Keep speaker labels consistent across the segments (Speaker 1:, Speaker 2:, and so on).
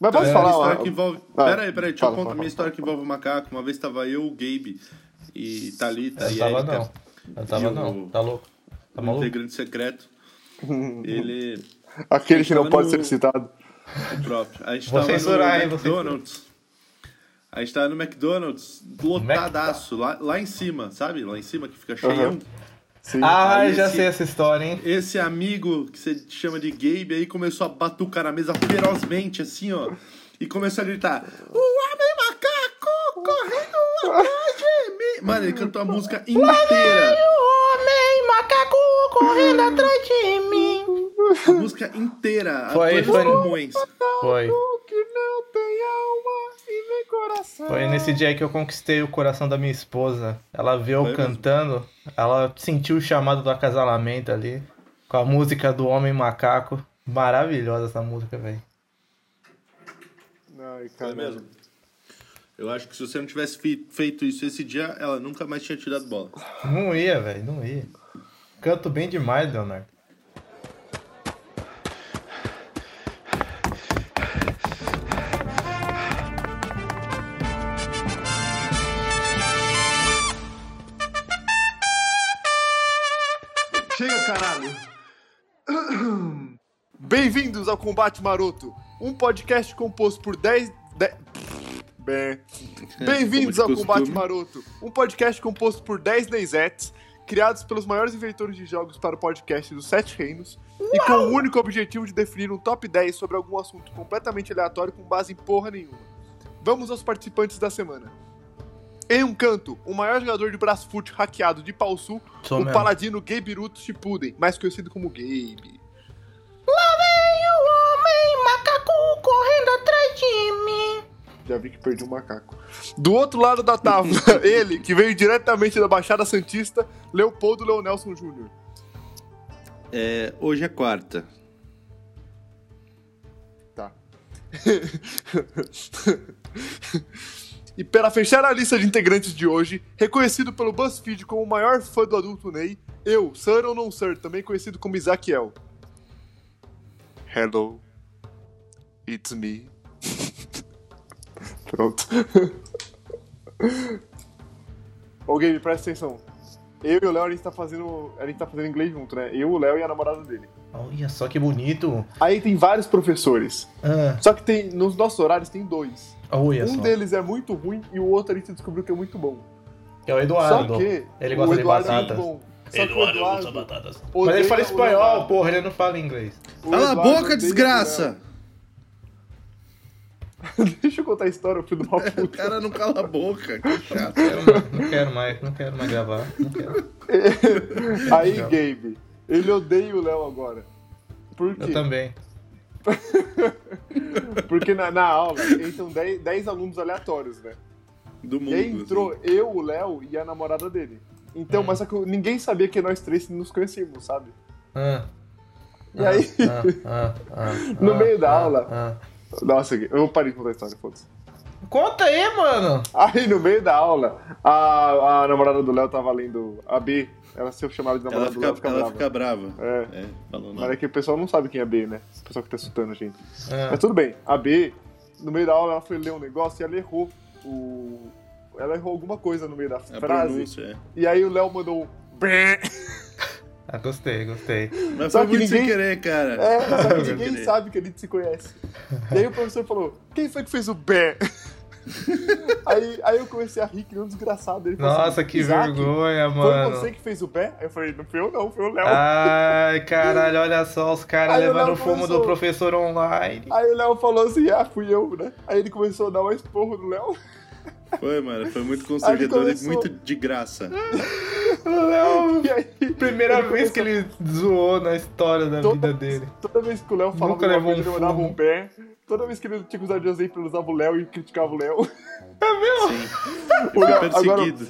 Speaker 1: Mas posso
Speaker 2: É,
Speaker 1: falar?
Speaker 2: a história
Speaker 1: ó,
Speaker 2: que envolve...
Speaker 1: Ah,
Speaker 2: peraí, peraí, deixa
Speaker 1: fala,
Speaker 2: eu contar
Speaker 1: fala,
Speaker 2: minha história que envolve o macaco. Uma vez tava eu, o Gabe e Thalita
Speaker 3: Não
Speaker 2: e
Speaker 3: tava
Speaker 2: Erika,
Speaker 3: não. Não
Speaker 2: E
Speaker 3: tava
Speaker 2: o-
Speaker 3: não. Tá louco? Tá
Speaker 2: um
Speaker 3: maluco?
Speaker 2: integrante secreto. Ele...
Speaker 1: Aquele que não
Speaker 2: Tava
Speaker 1: pode
Speaker 2: no-
Speaker 1: ser citado.
Speaker 2: O próprio. A gente
Speaker 3: Vou
Speaker 2: tava
Speaker 3: censurar,
Speaker 2: no
Speaker 3: hein, vou
Speaker 2: McDonald's. A gente tava no McDonald's, lotadaço, lá, lá em cima, sabe? Lá em cima, que fica cheião.
Speaker 1: Aham. Sim.
Speaker 3: Ah,
Speaker 2: Aí
Speaker 3: eu já
Speaker 2: esse-
Speaker 3: sei essa história, hein?
Speaker 2: Esse amigo que você chama de Gabe aí começou a batucar na mesa ferozmente, assim, ó. E começou a gritar: O homem macaco correndo atrás de mim. Mano, ele cantou a música inteira.
Speaker 3: Homem, macaco correndo atrás de mim.
Speaker 2: A música inteira.
Speaker 3: Foi,
Speaker 2: a todos os
Speaker 3: foi.
Speaker 2: pulmões.
Speaker 3: Foi.
Speaker 1: que não tem alma e nem coração.
Speaker 3: Foi nesse dia aí que eu conquistei o coração da minha esposa. Ela viu eu
Speaker 2: Foi mesmo?
Speaker 3: cantando, ela sentiu o chamado do acasalamento ali, com a música do Homem Macaco. Maravilhosa essa música, velho.
Speaker 1: Ai, cara.
Speaker 2: Foi mesmo. Eu acho que se você não tivesse fi- feito isso esse dia, ela nunca mais tinha te dado bola.
Speaker 3: Não ia, velho, não ia. Canto bem demais, Leonardo.
Speaker 1: Chega, caralho! Bem-vindos ao Combate Maroto, um podcast composto por 10. de- Bem. Bem-vindos ao
Speaker 2: Como de
Speaker 1: Combate
Speaker 2: costume.
Speaker 1: Maroto, um podcast composto por 10 neizetes, criados pelos maiores inventores de jogos para o podcast dos Sete Reinos, e com o único objetivo de definir um top 10 sobre algum assunto completamente aleatório com base em porra nenhuma. Vamos aos participantes da semana. Em um canto, o maior jogador de Brasfoot hackeado de Pau Sul
Speaker 3: Sou
Speaker 1: o
Speaker 3: mesmo.
Speaker 1: paladino Gabe Ruto Shippuden, mais conhecido como Gabe. Já vi que perdi um macaco. Do outro lado da tábua, ele, que veio diretamente da Baixada Santista, Leopoldo Leonelson Jr.
Speaker 2: É, hoje é quarta.
Speaker 1: Tá. e para fechar a lista de integrantes de hoje, reconhecido pelo BuzzFeed como o maior fã do adulto Ney, eu, Sir ou não Sir, também conhecido como Isaquiel. Hello. It's me. Pronto. Ô Gabe, presta atenção. Eu e o Léo, a gente tá fazendo. A gente tá fazendo inglês junto, né? Eu, o Léo e a namorada dele.
Speaker 3: Olha só que bonito.
Speaker 1: Aí tem vários professores.
Speaker 3: Ah,
Speaker 1: Só que tem, nos nossos horários tem dois.
Speaker 3: olha
Speaker 1: Um
Speaker 3: só.
Speaker 1: deles é muito ruim e o outro a gente descobriu que é muito bom.
Speaker 3: Que é o Eduardo.
Speaker 1: Só que
Speaker 3: Ele
Speaker 1: o
Speaker 3: gosta de
Speaker 1: Eduardo
Speaker 3: batatas.
Speaker 1: É muito bom. Só que o Eduardo
Speaker 3: batatas. Mas
Speaker 1: odeia
Speaker 3: ele fala
Speaker 1: o
Speaker 3: espanhol,
Speaker 1: Leonardo.
Speaker 3: porra, ele não fala inglês.
Speaker 1: O
Speaker 2: Cala a
Speaker 1: Eduardo
Speaker 2: boca,
Speaker 1: odeia o
Speaker 2: desgraça!
Speaker 1: Leonardo. Deixa eu contar a história, filho do mal
Speaker 2: O cara não cala a boca, que chato.
Speaker 3: Não quero mais, não quero mais gravar. Não quero.
Speaker 1: Aí,
Speaker 3: Não.
Speaker 1: Gabe, ele odeia o Léo agora. Por
Speaker 3: Eu
Speaker 1: quê?
Speaker 3: também.
Speaker 1: Porque na, na aula entram 10 10 alunos aleatórios, né?
Speaker 2: Do
Speaker 1: E
Speaker 2: mundo. assim.
Speaker 1: aí entrou eu, o Léo e a namorada dele. Então,
Speaker 3: É.
Speaker 1: mas só que ninguém sabia que nós três nos conhecíamos, sabe?
Speaker 3: Ah,
Speaker 1: E aí,
Speaker 3: ah, ah, ah,
Speaker 1: No
Speaker 3: ah,
Speaker 1: meio da
Speaker 3: ah,
Speaker 1: aula.
Speaker 3: ah.
Speaker 1: nossa, Gabe, eu parei de contar a história, foda-se.
Speaker 3: Conta aí, mano.
Speaker 1: Aí no meio da aula, a, a namorada do Léo tava lendo a B. Ela se eu chamava de namorada
Speaker 2: Ela
Speaker 1: do Léo,
Speaker 2: fica,
Speaker 1: fica
Speaker 2: ela
Speaker 1: brava.
Speaker 2: fica brava.
Speaker 1: É,
Speaker 2: É, falando.
Speaker 1: mas é que o pessoal não sabe quem é a B, né? O pessoal que tá escutando a gente.
Speaker 3: Ah,
Speaker 1: Mas tudo bem, a B, no meio da aula, ela foi ler um negócio e ela errou o. Ela errou alguma coisa no meio da
Speaker 2: A
Speaker 1: frase.
Speaker 2: pronúncia, é.
Speaker 1: E aí o Léo mandou um.
Speaker 3: ah, gostei, gostei.
Speaker 2: Mas
Speaker 1: Só
Speaker 2: foi
Speaker 1: que
Speaker 2: muito sem
Speaker 1: ninguém-
Speaker 2: querer, cara.
Speaker 1: É, só que
Speaker 2: Sem
Speaker 1: ninguém
Speaker 2: querer.
Speaker 1: sabe que a gente se conhece. E aí o professor falou: quem foi que fez o bé? aí, aí eu comecei a rir, que nem um desgraçado. Ele falou
Speaker 3: Nossa,
Speaker 1: assim,
Speaker 3: que
Speaker 1: "Isaac,
Speaker 3: vergonha,
Speaker 1: Foi
Speaker 3: mano. Ah.
Speaker 1: você que fez o pé? Aí eu falei, não fui eu não, foi o Léo.
Speaker 3: Ai, caralho, olha só, os caras
Speaker 1: Aí o
Speaker 3: levaram o
Speaker 1: Léo
Speaker 3: fumo do
Speaker 1: começou-
Speaker 3: professor online.
Speaker 1: Aí o Léo falou assim, ah, fui eu, né? Aí ele começou a dar um esporro no Léo.
Speaker 2: Foi, mano. Foi muito constrangedor e
Speaker 1: começou-
Speaker 2: muito de graça.
Speaker 1: E aí,
Speaker 3: Primeira
Speaker 1: Ele
Speaker 3: vez que ele zoou na história da
Speaker 1: Toda-
Speaker 3: vida dele.
Speaker 1: toda vez que o Léo falava
Speaker 3: Nunca
Speaker 1: alguma
Speaker 3: levou
Speaker 1: coisa,
Speaker 3: um
Speaker 1: ele mandava
Speaker 3: fumo.
Speaker 1: um pé. Toda vez que ele tinha que usar de exemplo, ele usava o Léo e criticava o Léo.
Speaker 3: É
Speaker 1: O
Speaker 2: Foi
Speaker 1: Léo, agora,
Speaker 2: perseguido.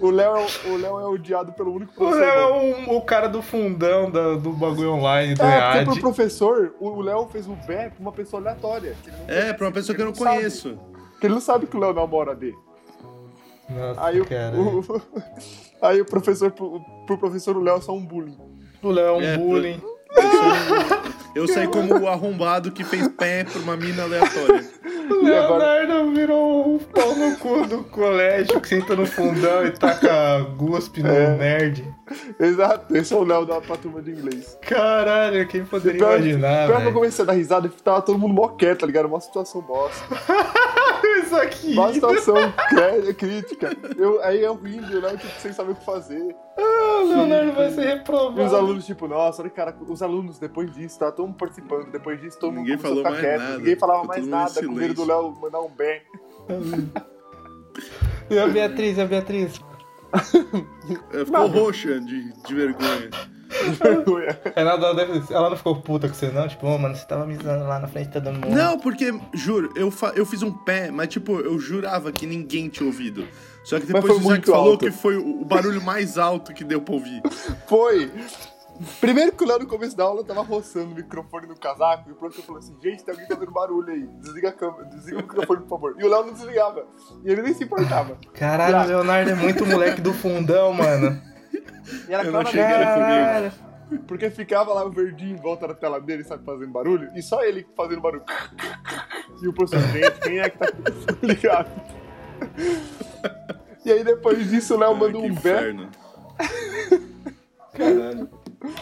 Speaker 1: o Léo, é o- o Léo é odiado pelo único
Speaker 3: O
Speaker 1: professor.
Speaker 3: Léo é
Speaker 1: bom.
Speaker 3: o, o cara do fundão da- do bagulho online, do
Speaker 1: É, porque
Speaker 3: EAD.
Speaker 1: pro professor, o o Léo fez o pé pra uma pessoa aleatória. que ele não-
Speaker 2: É, pra uma pessoa que eu não
Speaker 1: Sabe.
Speaker 2: conheço.
Speaker 1: Que ele não sabe que o Léo namora a B.
Speaker 3: Nossa,
Speaker 1: Aí o,
Speaker 3: cara.
Speaker 1: o- aí o professor, pro, pro professor, o Léo é só um bullying.
Speaker 3: O Léo é um
Speaker 2: É,
Speaker 3: bullying.
Speaker 2: Eu
Speaker 1: É.
Speaker 2: saí como o arrombado que fez pé pra uma mina aleatória.
Speaker 3: Leonardo virou um pau no cu do colégio que senta no fundão e taca guspe no
Speaker 1: É.
Speaker 3: nerd.
Speaker 1: Exato, esse é o Léo da pra turma de inglês.
Speaker 3: Caralho, quem poderia
Speaker 1: Pior-
Speaker 2: É,
Speaker 1: pior
Speaker 3: imaginar,
Speaker 1: que eu
Speaker 3: velho?
Speaker 1: comecei a dar risada e tava todo mundo mó quieto, tá ligado? Uma situação bosta.
Speaker 3: Isso aqui.
Speaker 1: Uma situação cré- crítica. Eu, aí eu rindo, né? Tipo, sem saber o que fazer.
Speaker 3: Ah, o Leonardo vai ser
Speaker 1: E os
Speaker 3: reprovado.
Speaker 1: alunos, tipo, nossa, olha, cara, os alunos depois disso, tá todo mundo participando, depois disso todo mundo
Speaker 2: Ninguém
Speaker 1: começou
Speaker 2: falou
Speaker 1: a ficar
Speaker 2: mais
Speaker 1: quieto,
Speaker 2: nada.
Speaker 1: ninguém falava
Speaker 2: Ficou
Speaker 1: mais
Speaker 2: todo mundo em
Speaker 1: nada, com medo do
Speaker 2: silêncio.
Speaker 1: Léo mandar um bem.
Speaker 3: E a Beatriz, e a Beatriz.
Speaker 2: Ela É, Ficou roxa de, de vergonha.
Speaker 1: Vergonha.
Speaker 3: Renato, ela, deve- ela não ficou puta com você, não? Tipo, ô, mano, você tava me zoando lá na frente de todo mundo.
Speaker 2: Não, porque, juro, eu, fa- eu fiz um pé, mas tipo, eu jurava que ninguém tinha ouvido. Só que depois
Speaker 1: foi
Speaker 2: o Isaac
Speaker 1: muito
Speaker 2: falou
Speaker 1: alto.
Speaker 2: que foi o o barulho mais alto que deu pra ouvir.
Speaker 1: Foi. Primeiro que o Léo no começo da aula tava roçando o microfone no casaco e o professor falou assim: gente, tem alguém fazendo barulho aí, desliga a câmera, desliga o microfone, por favor. E o Léo não desligava. E ele nem se importava.
Speaker 3: Caralho,
Speaker 1: Já.
Speaker 3: o Leonardo é muito moleque do fundão, mano.
Speaker 1: E era
Speaker 2: Eu não
Speaker 1: claramente
Speaker 2: cheguei a
Speaker 3: Caralho.
Speaker 1: porque ficava lá o verdinho em volta da tela dele, sabe, fazendo barulho, e só ele fazendo barulho. E o professor, gente, quem é que tá ligado? E aí depois disso o Léo manda
Speaker 2: Ah, que
Speaker 1: um bé.
Speaker 2: inferno.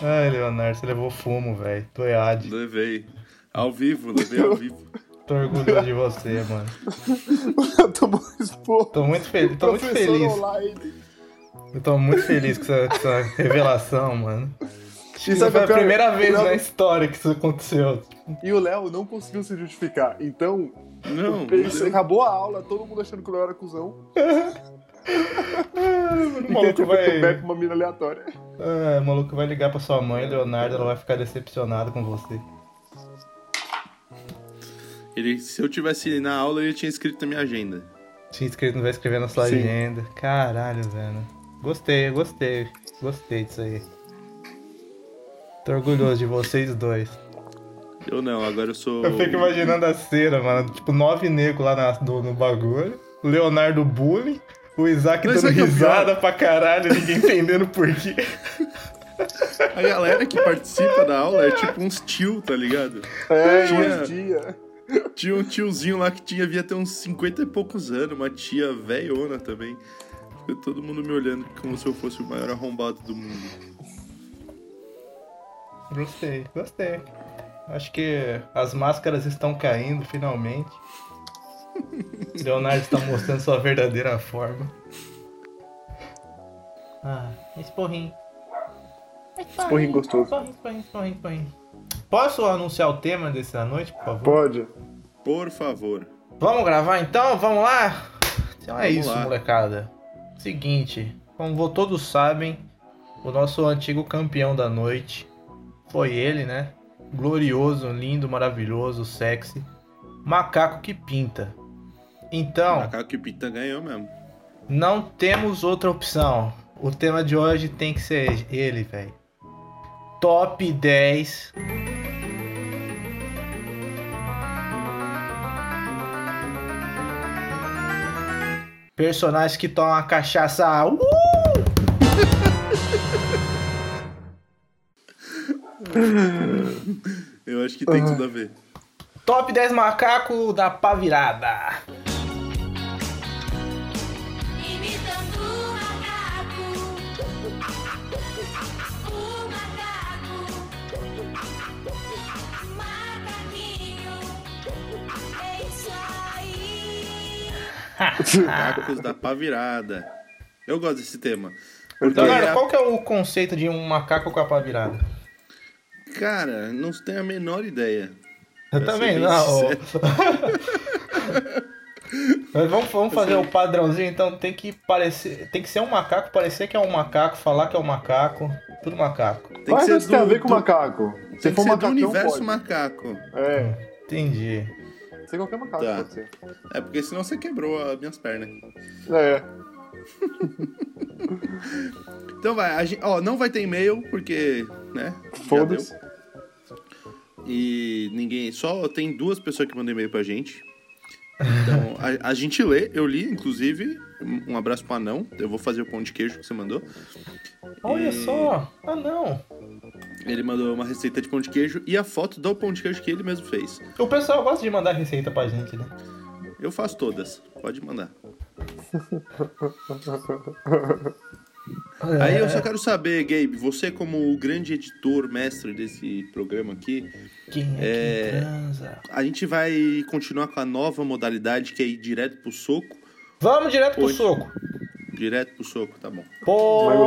Speaker 3: Ai, Leonardo, você levou fumo, velho. Tô errado.
Speaker 2: Levei. Ao vivo, levei ao vivo.
Speaker 3: Tô orgulhoso de você, mano.
Speaker 1: tomou expor.
Speaker 3: Tô muito feliz. Tô muito feliz.
Speaker 1: online.
Speaker 3: Eu tô muito feliz com essa, com essa revelação, mano. Acho que
Speaker 1: sabe
Speaker 3: foi
Speaker 1: o
Speaker 3: a
Speaker 1: pior?
Speaker 3: primeira vez
Speaker 1: Não.
Speaker 3: na história que isso aconteceu.
Speaker 1: E o Léo não conseguiu se justificar. Então,
Speaker 2: Não,
Speaker 1: ele acabou a aula, todo mundo achando que o Léo era cuzão.
Speaker 3: O
Speaker 1: E ele
Speaker 3: maluco
Speaker 1: tinha feito um bé
Speaker 3: vai,
Speaker 1: pra uma mina aleatória.
Speaker 3: ah, o maluco vai ligar pra sua mãe, Leonardo, ela vai ficar decepcionada com você.
Speaker 2: ele, se eu tivesse ido na aula, ele tinha escrito na minha agenda.
Speaker 3: Tinha escrito, não vai escrever na sua
Speaker 1: Sim.
Speaker 3: agenda. Caralho, velho. Gostei, gostei. Gostei disso aí. Tô orgulhoso de vocês dois.
Speaker 2: Eu não, agora eu sou.
Speaker 3: Eu fico imaginando a cena, mano. Tipo, nove negros lá na- do- no bagulho. O Leonardo bullying. O Isaac
Speaker 2: Mas
Speaker 3: dando
Speaker 2: sabe o que é o
Speaker 3: risada pra caralho, ninguém entendendo por quê.
Speaker 2: A galera que participa da aula é tipo uns tio, tá ligado?
Speaker 1: É,
Speaker 2: Tinha-
Speaker 1: hoje em dia.
Speaker 2: Tinha um tiozinho lá que tinha, devia ter uns 50 e poucos anos, uma tia velhona também. Ficou todo mundo me olhando como se eu fosse o maior arrombado do mundo.
Speaker 3: Gostei, gostei. Acho que as máscaras estão caindo finalmente. Leonardo está mostrando sua verdadeira forma. Ah, esporrinho.
Speaker 1: Esporrinho gostoso.
Speaker 3: Esporrinho, esporrinho, esporrinho, esporrinho. Posso anunciar o tema dessa noite, por favor?
Speaker 1: Pode.
Speaker 2: Por favor.
Speaker 3: Vamos gravar então? Vamos lá? Então é
Speaker 2: Vamos
Speaker 3: isso,
Speaker 2: lá.
Speaker 3: molecada. Seguinte, como vo- todos sabem, o nosso antigo campeão da noite foi ele, né? Glorioso, lindo, maravilhoso, sexy. Macaco que pinta.
Speaker 2: O
Speaker 3: Então,
Speaker 2: Macaco e Pita ganhou mesmo.
Speaker 3: não temos outra opção. O tema de hoje tem que ser ele, velho. Top 10. Personagens que tomam a cachaça. Uh!
Speaker 2: Eu acho que tem
Speaker 1: Uhum.
Speaker 2: tudo a ver.
Speaker 3: Top 10 macaco da pavirada.
Speaker 4: Imitando o macaco. O macaco. Macaquinho. É isso aí.
Speaker 2: Macacos da pá virada. Eu gosto desse tema.
Speaker 1: Eu
Speaker 2: Tá.
Speaker 1: também.
Speaker 3: Leonardo, qual que é o conceito de um macaco com a pavirada?
Speaker 2: Cara, não tenho a menor ideia.
Speaker 3: Eu
Speaker 2: Pra
Speaker 3: também
Speaker 2: ser bem
Speaker 3: não.
Speaker 2: sincero.
Speaker 3: Mas vamos, vamos fazer o padrãozinho, então tem que parecer. Tem que ser um macaco, parecer que é um macaco, falar que é um macaco. Tudo macaco.
Speaker 2: Tem
Speaker 1: Mas
Speaker 2: que
Speaker 1: isso
Speaker 2: ser
Speaker 1: tem a
Speaker 2: do-
Speaker 1: ver com
Speaker 2: do-
Speaker 1: macaco.
Speaker 2: Tem
Speaker 1: Se
Speaker 2: que
Speaker 1: for
Speaker 2: ser do
Speaker 1: macacão,
Speaker 2: universo
Speaker 1: pode.
Speaker 2: macaco.
Speaker 1: É,
Speaker 3: Entendi.
Speaker 1: ser qualquer macaco
Speaker 2: Tá.
Speaker 1: pode ser.
Speaker 2: É porque senão você quebrou as minhas pernas.
Speaker 1: É,
Speaker 2: Então vai, a gente- ó, não vai ter e-mail, porque, né? já
Speaker 1: foda-se.
Speaker 2: deu. E ninguém. Só tem duas pessoas que mandam e-mail pra gente. Então, a, a gente lê, eu li, inclusive. um- Um abraço pro anão. Eu vou fazer o pão de queijo que você mandou.
Speaker 3: Olha
Speaker 2: E-
Speaker 3: só! Ah não!
Speaker 2: Ele mandou uma receita de pão de queijo e a foto do pão de queijo que ele mesmo fez.
Speaker 3: O pessoal gosta de mandar receita pra gente, né?
Speaker 2: Eu faço todas. Pode mandar. Aí eu só quero saber, Gabe, você como o grande editor, mestre desse programa aqui,
Speaker 3: Quem é, que transa?
Speaker 2: a gente vai continuar com a nova modalidade que é ir direto pro soco.
Speaker 3: Vamos direto pro
Speaker 2: Hoje.
Speaker 3: soco.
Speaker 2: Direto pro soco, tá bom.
Speaker 1: Mais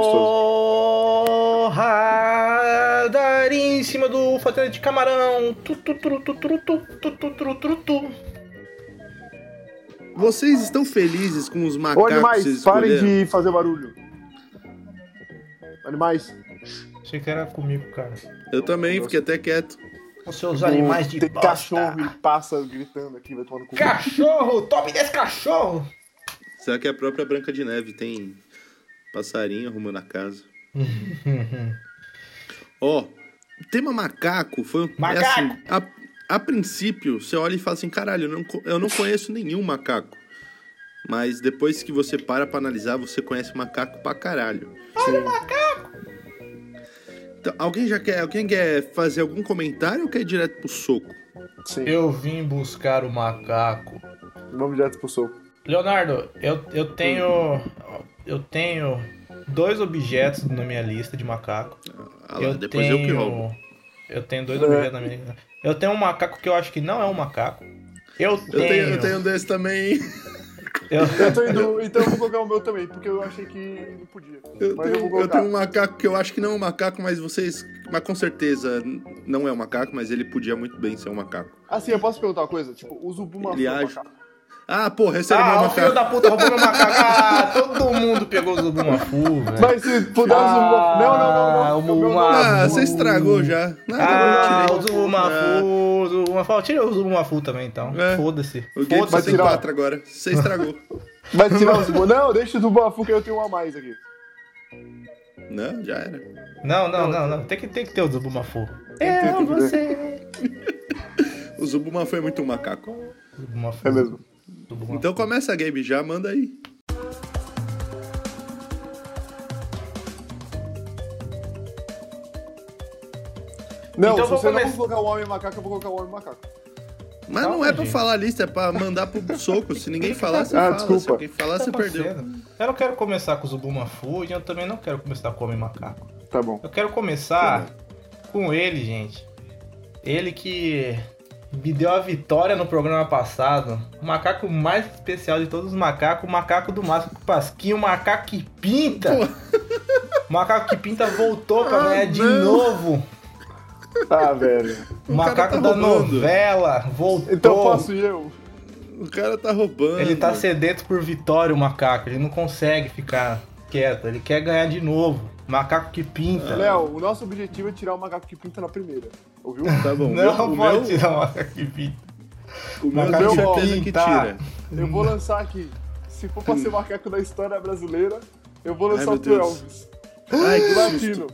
Speaker 3: Porradaria em cima do fatela de camarão. Tu, tu, tu, tu, tu, tu, tu, tu, tu, tu, tu.
Speaker 2: Vocês estão felizes com os
Speaker 1: Ô,
Speaker 2: macacos que vocês
Speaker 1: animais, parem
Speaker 2: escolheram?
Speaker 1: de fazer barulho. Animais.
Speaker 3: Achei que era comigo, cara.
Speaker 2: Eu também, fiquei até quieto.
Speaker 3: Os seus animais de
Speaker 1: Tem
Speaker 3: bosta.
Speaker 1: cachorro e pássaro gritando aqui, vai tomar no cu.
Speaker 3: Cachorro! Top 10 cachorro!
Speaker 2: Será que é a própria Branca de Neve tem passarinho arrumando a casa?
Speaker 3: Uhum.
Speaker 2: Ó, o tema macaco foi um.
Speaker 3: Macaco!
Speaker 2: assim, a, a princípio, você olha e fala assim: caralho, eu não, co- eu não conheço nenhum macaco. Mas depois que você para pra analisar, você conhece macaco pra caralho. Olha o macaco! Então, alguém já quer, alguém quer fazer algum comentário ou quer ir direto pro soco?
Speaker 1: Sim,
Speaker 3: Eu vim buscar o macaco.
Speaker 1: vamos direto pro soco.
Speaker 3: Leonardo, eu, eu tenho. Eu tenho dois objetos na minha lista de macaco.
Speaker 2: Ah lá, depois eu que roubo.
Speaker 3: Eu tenho dois
Speaker 1: É.
Speaker 3: objetos na minha lista. Eu tenho um macaco que eu acho que não é um macaco. Eu tenho.
Speaker 2: Eu tenho, eu tenho um desse também.
Speaker 3: eu-
Speaker 1: Eu tô indo, então eu vou colocar o meu também, porque eu achei que não podia. mas eu
Speaker 2: Eu
Speaker 1: vou
Speaker 2: tenho, eu
Speaker 1: colocar.
Speaker 2: tenho um macaco que eu acho que não é um macaco, mas vocês. Mas com certeza n- não é um macaco, mas ele podia muito bem ser um macaco.
Speaker 1: Assim, eu posso perguntar uma coisa? Tipo, o Zubuma
Speaker 2: Ele
Speaker 1: foi um
Speaker 2: age-
Speaker 1: macaco.
Speaker 2: Ah, porra, esse era
Speaker 3: Ah,
Speaker 2: meu
Speaker 3: o filho
Speaker 2: macaco.
Speaker 3: da puta roubou meu macaco. Ah, todo mundo pegou o Zubumafu, velho.
Speaker 1: Mas se puder o Zubuma... Não, não, não, não.
Speaker 3: Ah,
Speaker 1: o meu
Speaker 3: uma-
Speaker 1: não.
Speaker 2: Ah, você estragou já. Não,
Speaker 3: Ah,
Speaker 2: não,
Speaker 3: o
Speaker 2: tirei.
Speaker 3: Zubumafu, o Zubumafu. Tira o Zubumafu também, então.
Speaker 2: É.
Speaker 3: Foda-se.
Speaker 2: O Gabe só
Speaker 1: Vai
Speaker 2: tem
Speaker 1: tirar.
Speaker 2: quatro agora. Você estragou.
Speaker 1: Vai tirar o Zubuma. Não, deixa o Zubuma, porque eu tenho um a mais aqui.
Speaker 2: não, já era.
Speaker 3: Não, não, não, não. Tem que, tem que ter o Zubumafu.
Speaker 1: que ter,
Speaker 3: É,
Speaker 1: tem que ter.
Speaker 3: você.
Speaker 2: O Zubuma foi muito um macaco.
Speaker 3: Zubumafu.
Speaker 1: É mesmo.
Speaker 3: Zubumafu.
Speaker 2: Então começa, Gabe, já manda aí.
Speaker 1: Não,
Speaker 3: Então
Speaker 1: se
Speaker 3: vou
Speaker 1: você não
Speaker 3: começar.
Speaker 1: for colocar o homem macaco, eu vou colocar o homem macaco.
Speaker 2: Mas
Speaker 3: Calma,
Speaker 2: não é pra
Speaker 3: gente.
Speaker 2: falar a lista, é pra mandar pro soco. Se ninguém falar, você
Speaker 1: Ah,
Speaker 2: fala. Se
Speaker 1: desculpa.
Speaker 2: alguém falar, você
Speaker 3: Tá
Speaker 2: perdeu.
Speaker 3: acontecendo. Eu não quero começar com o Zubumafu e eu também não quero começar com o Homem Macaco.
Speaker 1: Tá bom.
Speaker 3: Eu quero começar com ele, gente. Ele que me deu a vitória no programa passado. O macaco mais especial de todos os macacos, o macaco do Márcio Pasquinho, o macaco que pinta. O macaco que pinta voltou pra
Speaker 2: Ah,
Speaker 3: ganhar de
Speaker 2: não.
Speaker 3: novo.
Speaker 1: Ah, velho.
Speaker 3: O,
Speaker 2: O cara
Speaker 3: macaco
Speaker 2: tá
Speaker 3: da
Speaker 2: roubando.
Speaker 3: novela voltou.
Speaker 1: Então posso ir eu.
Speaker 2: O cara tá roubando.
Speaker 3: Ele tá sedento por vitória, o macaco. Ele não consegue ficar quieto. Ele quer ganhar de novo. Macaco que pinta.
Speaker 1: Léo, o nosso objetivo é tirar o macaco que pinta na primeira. Ouviu?
Speaker 2: Tá bom.
Speaker 3: não
Speaker 2: o meu-
Speaker 3: pode tirar o macaco que pinta.
Speaker 2: O meu
Speaker 3: Macaco
Speaker 2: tenho
Speaker 1: que
Speaker 2: certeza que
Speaker 1: Tá.
Speaker 3: pinta.
Speaker 2: tira.
Speaker 1: Eu vou lançar aqui. Se for pra ser o macaco da história brasileira, eu vou lançar
Speaker 2: Ai,
Speaker 1: o
Speaker 2: meu
Speaker 1: pro
Speaker 2: Deus.
Speaker 1: Elvis.
Speaker 2: Ai,
Speaker 1: Do
Speaker 2: que
Speaker 1: latino.
Speaker 2: susto.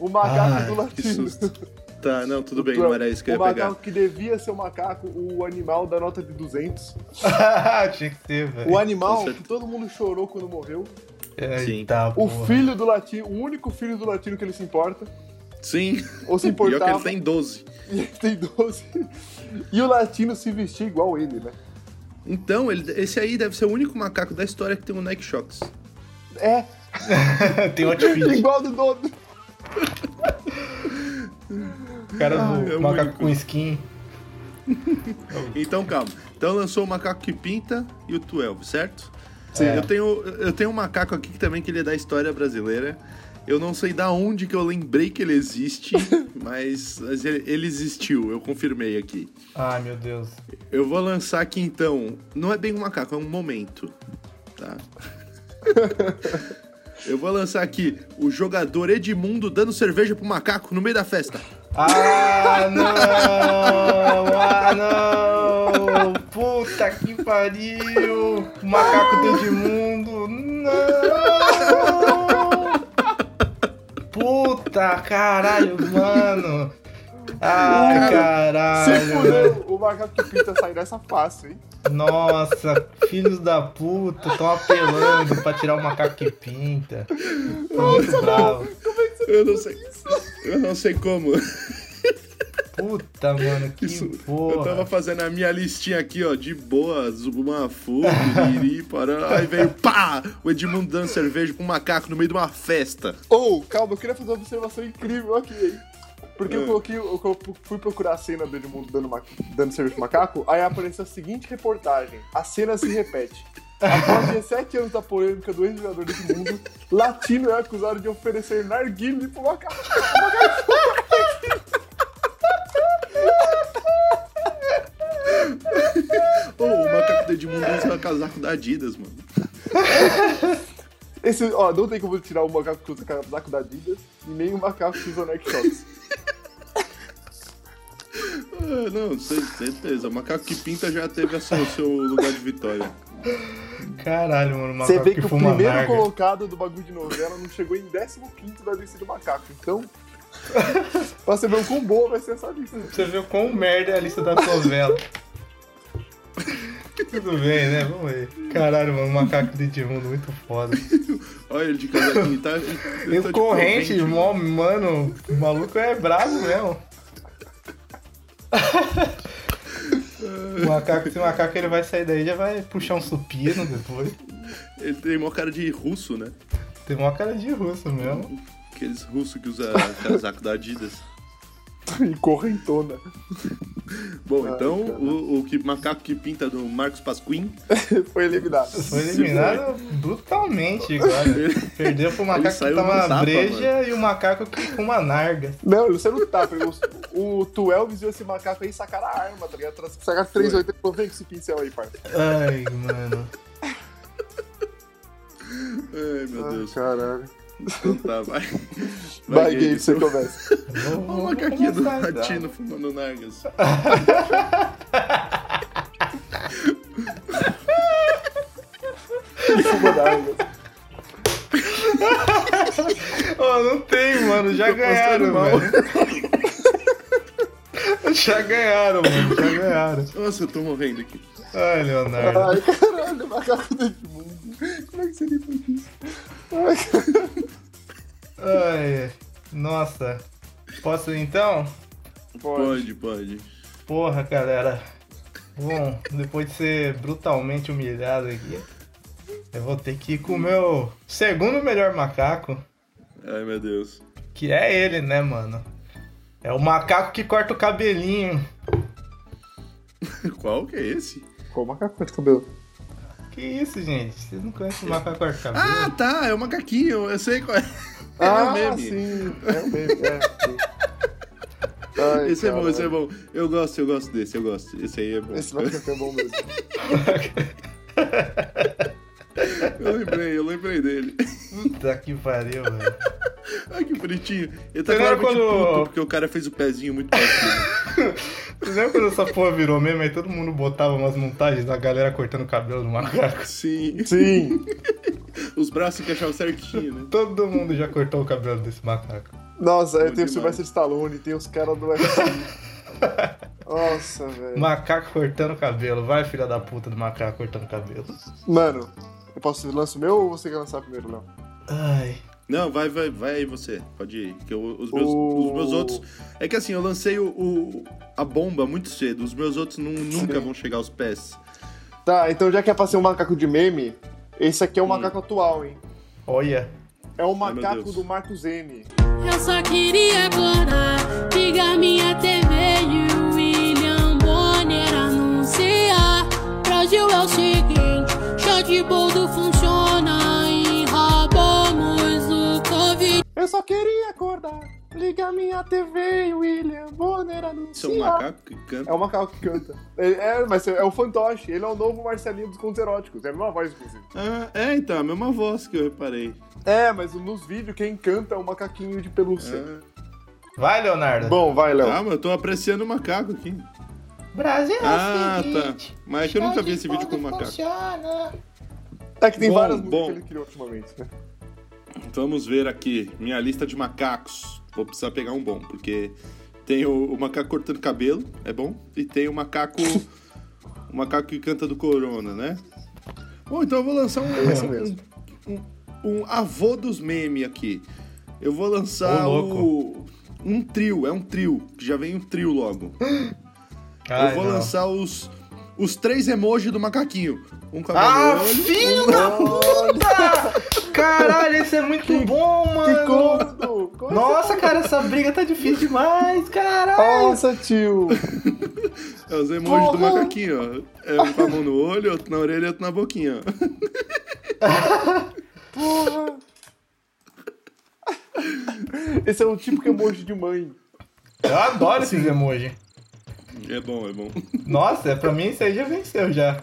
Speaker 1: O macaco
Speaker 3: Ai,
Speaker 1: do
Speaker 2: Que
Speaker 1: latino.
Speaker 2: susto. Tá, não, tudo bem,
Speaker 1: Pro-
Speaker 2: não era isso que eu
Speaker 1: o
Speaker 2: ia
Speaker 1: macaco
Speaker 2: pegar.
Speaker 1: que devia ser o macaco, o animal da nota de 200.
Speaker 3: Tinha que ser, velho.
Speaker 1: O animal
Speaker 2: É, certeza.
Speaker 1: que todo mundo chorou quando morreu.
Speaker 3: Eita,
Speaker 1: O
Speaker 3: porra.
Speaker 1: filho do latino, o único filho do latino que ele se importa.
Speaker 2: Sim,
Speaker 1: Ou se
Speaker 2: pior que
Speaker 1: importava.
Speaker 2: ele tem 12.
Speaker 1: E ele tem 12. E o latino se vestia igual ele, né?
Speaker 2: Então, ele- esse aí deve ser o único macaco da história que tem um Nike Shox.
Speaker 1: É,
Speaker 3: Tem um outfit.
Speaker 1: igual do dono.
Speaker 3: O cara
Speaker 2: Ai,
Speaker 1: um
Speaker 2: é
Speaker 3: do macaco
Speaker 2: muito.
Speaker 3: com skin.
Speaker 2: Então, calma. Então lançou o Macaco que Pinta e o 12, certo?
Speaker 3: Sim.
Speaker 2: Eu tenho, eu tenho um macaco aqui que também que ele é da história brasileira. Eu não sei da onde que eu lembrei que ele existe, mas, mas ele, ele existiu, eu confirmei aqui.
Speaker 3: Ai, meu Deus.
Speaker 2: Eu vou lançar aqui então. Não é bem um macaco, é um momento. Tá? Eu vou lançar aqui o jogador Edmundo dando cerveja pro macaco no meio da festa.
Speaker 3: Ah, não! Ah, não! Puta que pariu! O macaco do Edmundo! Não! Puta, caralho, mano! Ai,
Speaker 1: Se
Speaker 3: caralho! velho.
Speaker 1: fudeu, o macaco que pinta sai dessa fácil, hein?
Speaker 3: Nossa, filhos da puta, estão apelando pra tirar o macaco que pinta. Tô Muito bravo.
Speaker 2: Eu não sei. Eu não sei como.
Speaker 3: Puta, mano, que
Speaker 2: Isso. Eu
Speaker 3: porra.
Speaker 2: tava fazendo a minha listinha aqui, ó, de boa, Zubumafu, Piriri, Pará. Aí veio, pá, o Edmundo dando cerveja pra um macaco no meio de uma festa.
Speaker 1: Ou, calma, eu queria fazer uma observação incrível aqui, hein? Porque
Speaker 3: Ah.
Speaker 1: eu coloquei, eu co- fui procurar a cena do Edmundo dando, ma- dando cerveja pro macaco, aí apareceu a seguinte reportagem. A cena se repete. Após 17 anos da polêmica do ex-jogador desse mundo, latino é acusado de oferecer narguile pro macaco.
Speaker 2: Ô, o macaco do Edmundo usa casaco da Adidas, mano.
Speaker 1: Esse, ó, não tem como tirar o macaco que usa casaco da Adidas e nem o macaco que usa Nike Shots.
Speaker 2: Ah, não, cer- certeza. O macaco que pinta já teve a sua- o seu lugar de vitória.
Speaker 3: Caralho, mano, o
Speaker 1: Você
Speaker 3: macaco
Speaker 1: vê
Speaker 3: que,
Speaker 1: que o
Speaker 3: fuma
Speaker 1: primeiro
Speaker 3: narga.
Speaker 1: colocado do bagulho de novela não chegou em 15 da lista do macaco. Então, pra você ver o quão boa vai ser essa lista.
Speaker 3: Você viu quão merda é a lista da novela. Tudo bem, né? Vamos ver. Caralho, mano, o macaco de Edmundo, muito foda.
Speaker 2: Olha ele de casaquinho, tá? Ele
Speaker 3: E
Speaker 2: tá
Speaker 3: o
Speaker 2: de né?
Speaker 3: corrente,
Speaker 2: mano.
Speaker 3: mó- mano, o maluco é brabo mesmo. o macaco, se o macaco ele vai sair daí, já vai puxar um supino depois.
Speaker 2: Ele tem mó cara de russo, né?
Speaker 3: Tem uma cara de russo mesmo.
Speaker 2: Aqueles russos que usam casaco da Adidas.
Speaker 1: E correntona.
Speaker 2: Bom,
Speaker 1: Ai,
Speaker 2: então,
Speaker 1: cara.
Speaker 2: o, o que, macaco que pinta do Marcos Pasquim,
Speaker 1: Foi eliminado.
Speaker 3: Foi eliminado brutalmente agora. Perdeu pro macaco que
Speaker 2: saiu no
Speaker 3: toma
Speaker 2: tapa,
Speaker 3: breja e o macaco que fuma narga.
Speaker 1: Não, você não tá. porque O, o Tuelvis viu esse macaco aí sacar a arma, tá ligado? Tra- Sacar 38 e falou: vem com esse pincel aí, parça.
Speaker 3: Ai, mano.
Speaker 2: Ai,
Speaker 3: Ah.
Speaker 2: meu Deus.
Speaker 1: Caralho.
Speaker 2: Então tá, vai.
Speaker 1: Vai, Gabe, você
Speaker 2: seu-
Speaker 1: começa.
Speaker 3: Vou-
Speaker 2: Olha
Speaker 3: vou
Speaker 2: o macaquinho do
Speaker 3: começar, então.
Speaker 2: latino fumando nargas.
Speaker 1: E fuma da arma.
Speaker 3: Ó, não tem, mano. Já
Speaker 2: Tô postando
Speaker 3: ganharam,
Speaker 2: mal.
Speaker 3: mano. Já ganharam, mano. Já ganharam.
Speaker 2: Nossa, eu tô morrendo aqui.
Speaker 3: Ai, Leonardo.
Speaker 1: Ai, caralho, o macaco do Edmundo. Como é que seria isso? Ai, caralho.
Speaker 3: Ai, nossa. Posso ir, então?
Speaker 2: Pode, pode.
Speaker 3: Porra, galera. Bom, depois de ser brutalmente humilhado aqui, eu vou ter que ir com o meu segundo melhor macaco,
Speaker 2: Ai, meu Deus.
Speaker 3: que é ele, né, mano? É o macaco que corta o cabelinho.
Speaker 2: Qual que é esse?
Speaker 1: Pô, macaco de cabelo.
Speaker 3: Que isso, gente? Vocês não conhecem o macaco que corta o cabelo?
Speaker 2: Ah, tá, é o macaquinho, eu sei qual é.
Speaker 1: Ah,
Speaker 2: é o meme.
Speaker 1: sim. É o meme, é. sim. Ai,
Speaker 2: Esse é bom,
Speaker 1: cara.
Speaker 2: esse é bom. Eu gosto, eu gosto desse, eu gosto. Esse aí é bom.
Speaker 1: Esse macaco é bom mesmo.
Speaker 2: Eu lembrei, eu lembrei dele.
Speaker 3: Puta que pariu, velho.
Speaker 2: Ai, que bonitinho. Ele tá
Speaker 3: Você lembra
Speaker 2: claramente
Speaker 3: quando-
Speaker 2: puto, porque o cara fez o pezinho muito pra cima.
Speaker 3: Vocês lembram quando essa porra virou meme? Aí todo mundo botava umas montagens da galera cortando o cabelo do macaco.
Speaker 2: Sim,
Speaker 1: Sim.
Speaker 2: os braços encaixavam certinho, né?
Speaker 3: Todo mundo já cortou o cabelo desse macaco.
Speaker 1: Nossa, aí
Speaker 2: Bom
Speaker 1: tem o
Speaker 2: demais.
Speaker 1: Sylvester Stallone, tem os caras do UFC. Nossa,
Speaker 3: É.
Speaker 1: velho.
Speaker 3: Macaco cortando o cabelo. Vai, filha da puta do macaco cortando o cabelo.
Speaker 1: Mano, eu posso lançar o meu ou você quer lançar primeiro, Léo?
Speaker 3: Ai.
Speaker 2: Não, vai, vai, vai aí você. Pode ir. Que eu- os, meus,
Speaker 1: O-
Speaker 2: os meus outros. É que assim, eu lancei o, o- a bomba muito cedo. Os meus outros nu- nunca vão chegar aos pés.
Speaker 1: Tá, então já que é pra ser um macaco de meme, esse aqui é o macaco atual, hein?
Speaker 3: Olha.
Speaker 1: É o
Speaker 2: Hum. meu
Speaker 1: macaco
Speaker 2: Deus.
Speaker 1: do Marcos N.
Speaker 5: Eu só queria agora ligar minha TV e o William Bonner anunciar. Pra hoje é o seguinte: show de boldo funciona e roubamos o Covid.
Speaker 1: Eu só queria acordar, liga minha TV, William Bonner
Speaker 2: Isso é um
Speaker 1: anuncia.
Speaker 2: macaco que canta.
Speaker 1: É o macaco que canta. Ele- é, mas é o fantoche. Ele é o novo Marcelinho dos contos eróticos. É a mesma voz, inclusive.
Speaker 2: Ah, é, então, a mesma voz que eu reparei.
Speaker 1: É, mas nos vídeos quem canta é o macaquinho de pelúcia.
Speaker 2: Ah,
Speaker 3: Vai, Leonardo.
Speaker 1: Bom, vai, Léo.
Speaker 2: calma, eu tô apreciando o macaco aqui.
Speaker 3: Brasil
Speaker 2: Ah, tá. Mas é que eu nunca vi esse vídeo com o macaco.
Speaker 3: Funciona.
Speaker 1: É que tem
Speaker 2: Bom,
Speaker 1: várias músicas
Speaker 2: bom.
Speaker 1: que ele criou ultimamente, né?
Speaker 2: Vamos ver aqui. Minha lista de macacos. Vou precisar pegar um bom, porque tem o, o macaco cortando cabelo, é bom. E tem o macaco. o macaco que canta do Corona, né? Bom, então eu vou lançar um.
Speaker 1: É isso mesmo.
Speaker 2: Um, um avô dos memes aqui. Eu vou lançar
Speaker 3: Ô,
Speaker 2: o. o
Speaker 3: louco.
Speaker 2: Um trio, é um trio. que Já vem um trio logo.
Speaker 3: Ai,
Speaker 2: eu vou
Speaker 3: não.
Speaker 2: lançar os, os três emojis do macaquinho. Um com a mão
Speaker 3: Ah,
Speaker 2: no olho,
Speaker 3: filho da puta! Caralho, esse é muito bom,
Speaker 1: Que
Speaker 3: mano!
Speaker 1: cômodo! Como é
Speaker 3: Nossa, cara, essa briga tá difícil demais,
Speaker 1: assim?
Speaker 3: caralho!
Speaker 1: Nossa, tio!
Speaker 2: É os emojis do
Speaker 1: Porra!
Speaker 2: macaquinho, ó. É um com a mão no olho, outro na orelha e outro na boquinha, ó.
Speaker 1: Porra! Esse é o típico emoji de mãe.
Speaker 3: Eu adoro esses emojis.
Speaker 2: É bom, é bom.
Speaker 3: Nossa, é, pra mim isso aí já venceu já.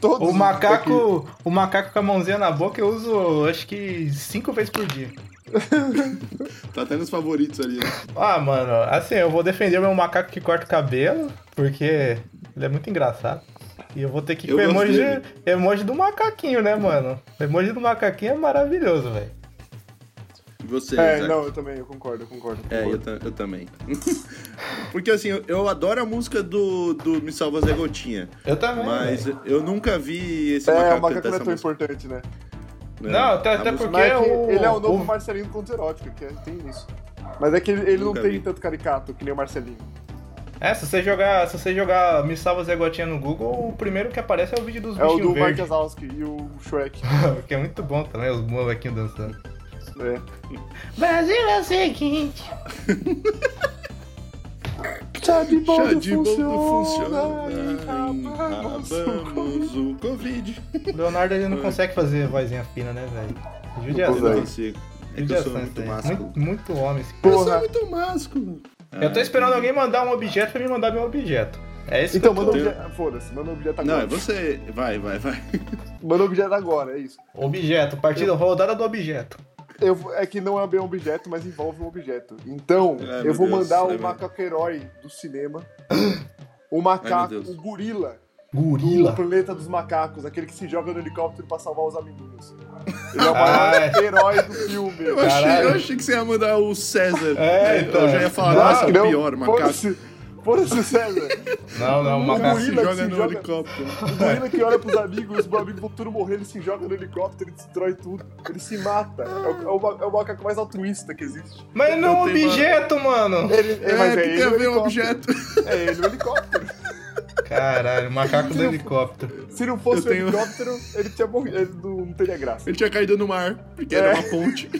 Speaker 1: Todos é
Speaker 3: O macaco, o macaco com a mãozinha na boca eu uso acho que cinco vezes por dia.
Speaker 2: Tá até nos favoritos ali. né?
Speaker 3: Ah, mano, assim, eu vou defender o meu macaco que corta o cabelo, porque ele é muito engraçado. E eu vou ter que ir
Speaker 2: Eu
Speaker 3: com o
Speaker 2: gosto
Speaker 3: emoji,
Speaker 2: dele.
Speaker 3: emoji do macaquinho, né, mano? O emoji do macaquinho é maravilhoso, velho.
Speaker 2: E Você,
Speaker 1: É,
Speaker 2: Isaac?
Speaker 1: não, eu também, eu concordo, eu concordo. eu
Speaker 2: É, eu,
Speaker 1: concordo.
Speaker 2: ta- eu também. Porque assim, eu, eu adoro a música do, do Me Salva Zé Gotinha.
Speaker 3: Eu também.
Speaker 2: Mas
Speaker 3: velho.
Speaker 2: eu nunca vi esse
Speaker 1: Ah, É,
Speaker 2: macaco
Speaker 1: o macaco
Speaker 2: cantar
Speaker 1: não é
Speaker 2: essa
Speaker 1: tão
Speaker 2: música.
Speaker 1: importante, né?
Speaker 2: né?
Speaker 3: Não, tá- até-
Speaker 2: A
Speaker 3: até
Speaker 2: música-
Speaker 3: porque-
Speaker 1: Mas é que
Speaker 3: o-
Speaker 1: ele é o novo
Speaker 3: o-
Speaker 1: Marcelinho do conto erótico, que é- tem isso. Mas é que ele, ele não
Speaker 2: Nunca
Speaker 1: tem
Speaker 2: vi.
Speaker 1: tanto caricato que nem o Marcelinho.
Speaker 3: É, se você jogar, se você jogar Me Salva Zé Gotinha no Google, o primeiro que aparece é o vídeo dos
Speaker 1: É o
Speaker 3: bichinhos
Speaker 1: do Mark
Speaker 3: verdes.
Speaker 1: Azalski e o Shrek.
Speaker 3: que é muito bom também, os molequinhos dançando.
Speaker 1: É.
Speaker 5: Brasil é o seguinte.
Speaker 1: Chá de
Speaker 2: Chá
Speaker 1: boldo
Speaker 2: de boldo
Speaker 1: funciona.
Speaker 2: funciona.
Speaker 1: e acabamos o
Speaker 2: Acabamos o Covid.
Speaker 3: O Leonardo ele não consegue fazer vozinha fina, né, velho?
Speaker 1: Não
Speaker 3: Judiação.
Speaker 1: consegue.
Speaker 2: Eu consigo. É que eu
Speaker 3: Judiação
Speaker 2: sou muito
Speaker 3: isso aí.
Speaker 2: másculo.
Speaker 3: Muito, muito homem esse
Speaker 2: Eu
Speaker 1: Porra.
Speaker 2: sou muito Ah, másculo.
Speaker 3: Eu tô esperando alguém mandar um objeto pra me mandar meu objeto. É isso
Speaker 1: Então,
Speaker 3: que eu
Speaker 1: manda o
Speaker 3: tô...
Speaker 1: objeto. ah, Foda-se, manda o objeto
Speaker 2: Não,
Speaker 1: agora.
Speaker 2: é você. Vai, vai, vai.
Speaker 1: Manda o objeto agora, é isso.
Speaker 3: Objeto, partida, rodada do objeto.
Speaker 1: Eu, vou- é que não é bem um objeto, mas envolve um objeto. Então,
Speaker 2: Ai,
Speaker 1: eu
Speaker 2: É, meu
Speaker 1: vou
Speaker 2: Deus,
Speaker 1: mandar
Speaker 2: ai,
Speaker 1: o
Speaker 2: meu-
Speaker 1: macaco herói do cinema. O macaco,
Speaker 2: Ai, meu Deus.
Speaker 1: o gorila do
Speaker 3: Gorila.
Speaker 1: planeta dos macacos, aquele que se joga no helicóptero pra salvar os amiguinhos. Ele é o
Speaker 3: Ai.
Speaker 1: maior herói do filme.
Speaker 2: Eu achei,
Speaker 3: Caralho.
Speaker 2: eu achei que você ia mandar o César.
Speaker 3: É,
Speaker 2: Eu-
Speaker 3: então.
Speaker 2: Eu já ia falar,
Speaker 3: Não,
Speaker 2: nossa, que pior, macaco.
Speaker 1: Foda-se, foda-se, César.
Speaker 3: Não, não, o
Speaker 2: O
Speaker 3: macaco.
Speaker 2: macaco se
Speaker 1: gorila que se
Speaker 2: joga no
Speaker 1: joga-
Speaker 2: helicóptero.
Speaker 1: O gorila que olha pros amigos, os meus amigos vão tudo morrer, ele se joga no helicóptero, ele destrói tudo. Ele se mata. É o, é o ma- é o macaco mais altruísta que existe.
Speaker 3: Mas não é um
Speaker 2: Eu tenho uma-
Speaker 3: objeto, mano.
Speaker 1: Ele,
Speaker 2: É,
Speaker 1: mas é
Speaker 2: que
Speaker 1: ele
Speaker 2: tem a
Speaker 1: no
Speaker 2: ver um
Speaker 1: helicóptero.
Speaker 2: objeto.
Speaker 1: É ele no helicóptero.
Speaker 3: Caralho, o macaco do helicóptero.
Speaker 1: Se não fosse
Speaker 2: Eu tenho-
Speaker 1: o
Speaker 2: Ah,
Speaker 1: helicóptero, ele tinha morrido. Ele não, não teria graça.
Speaker 2: Ele tinha caído no mar, porque
Speaker 1: É.
Speaker 2: era uma ponte.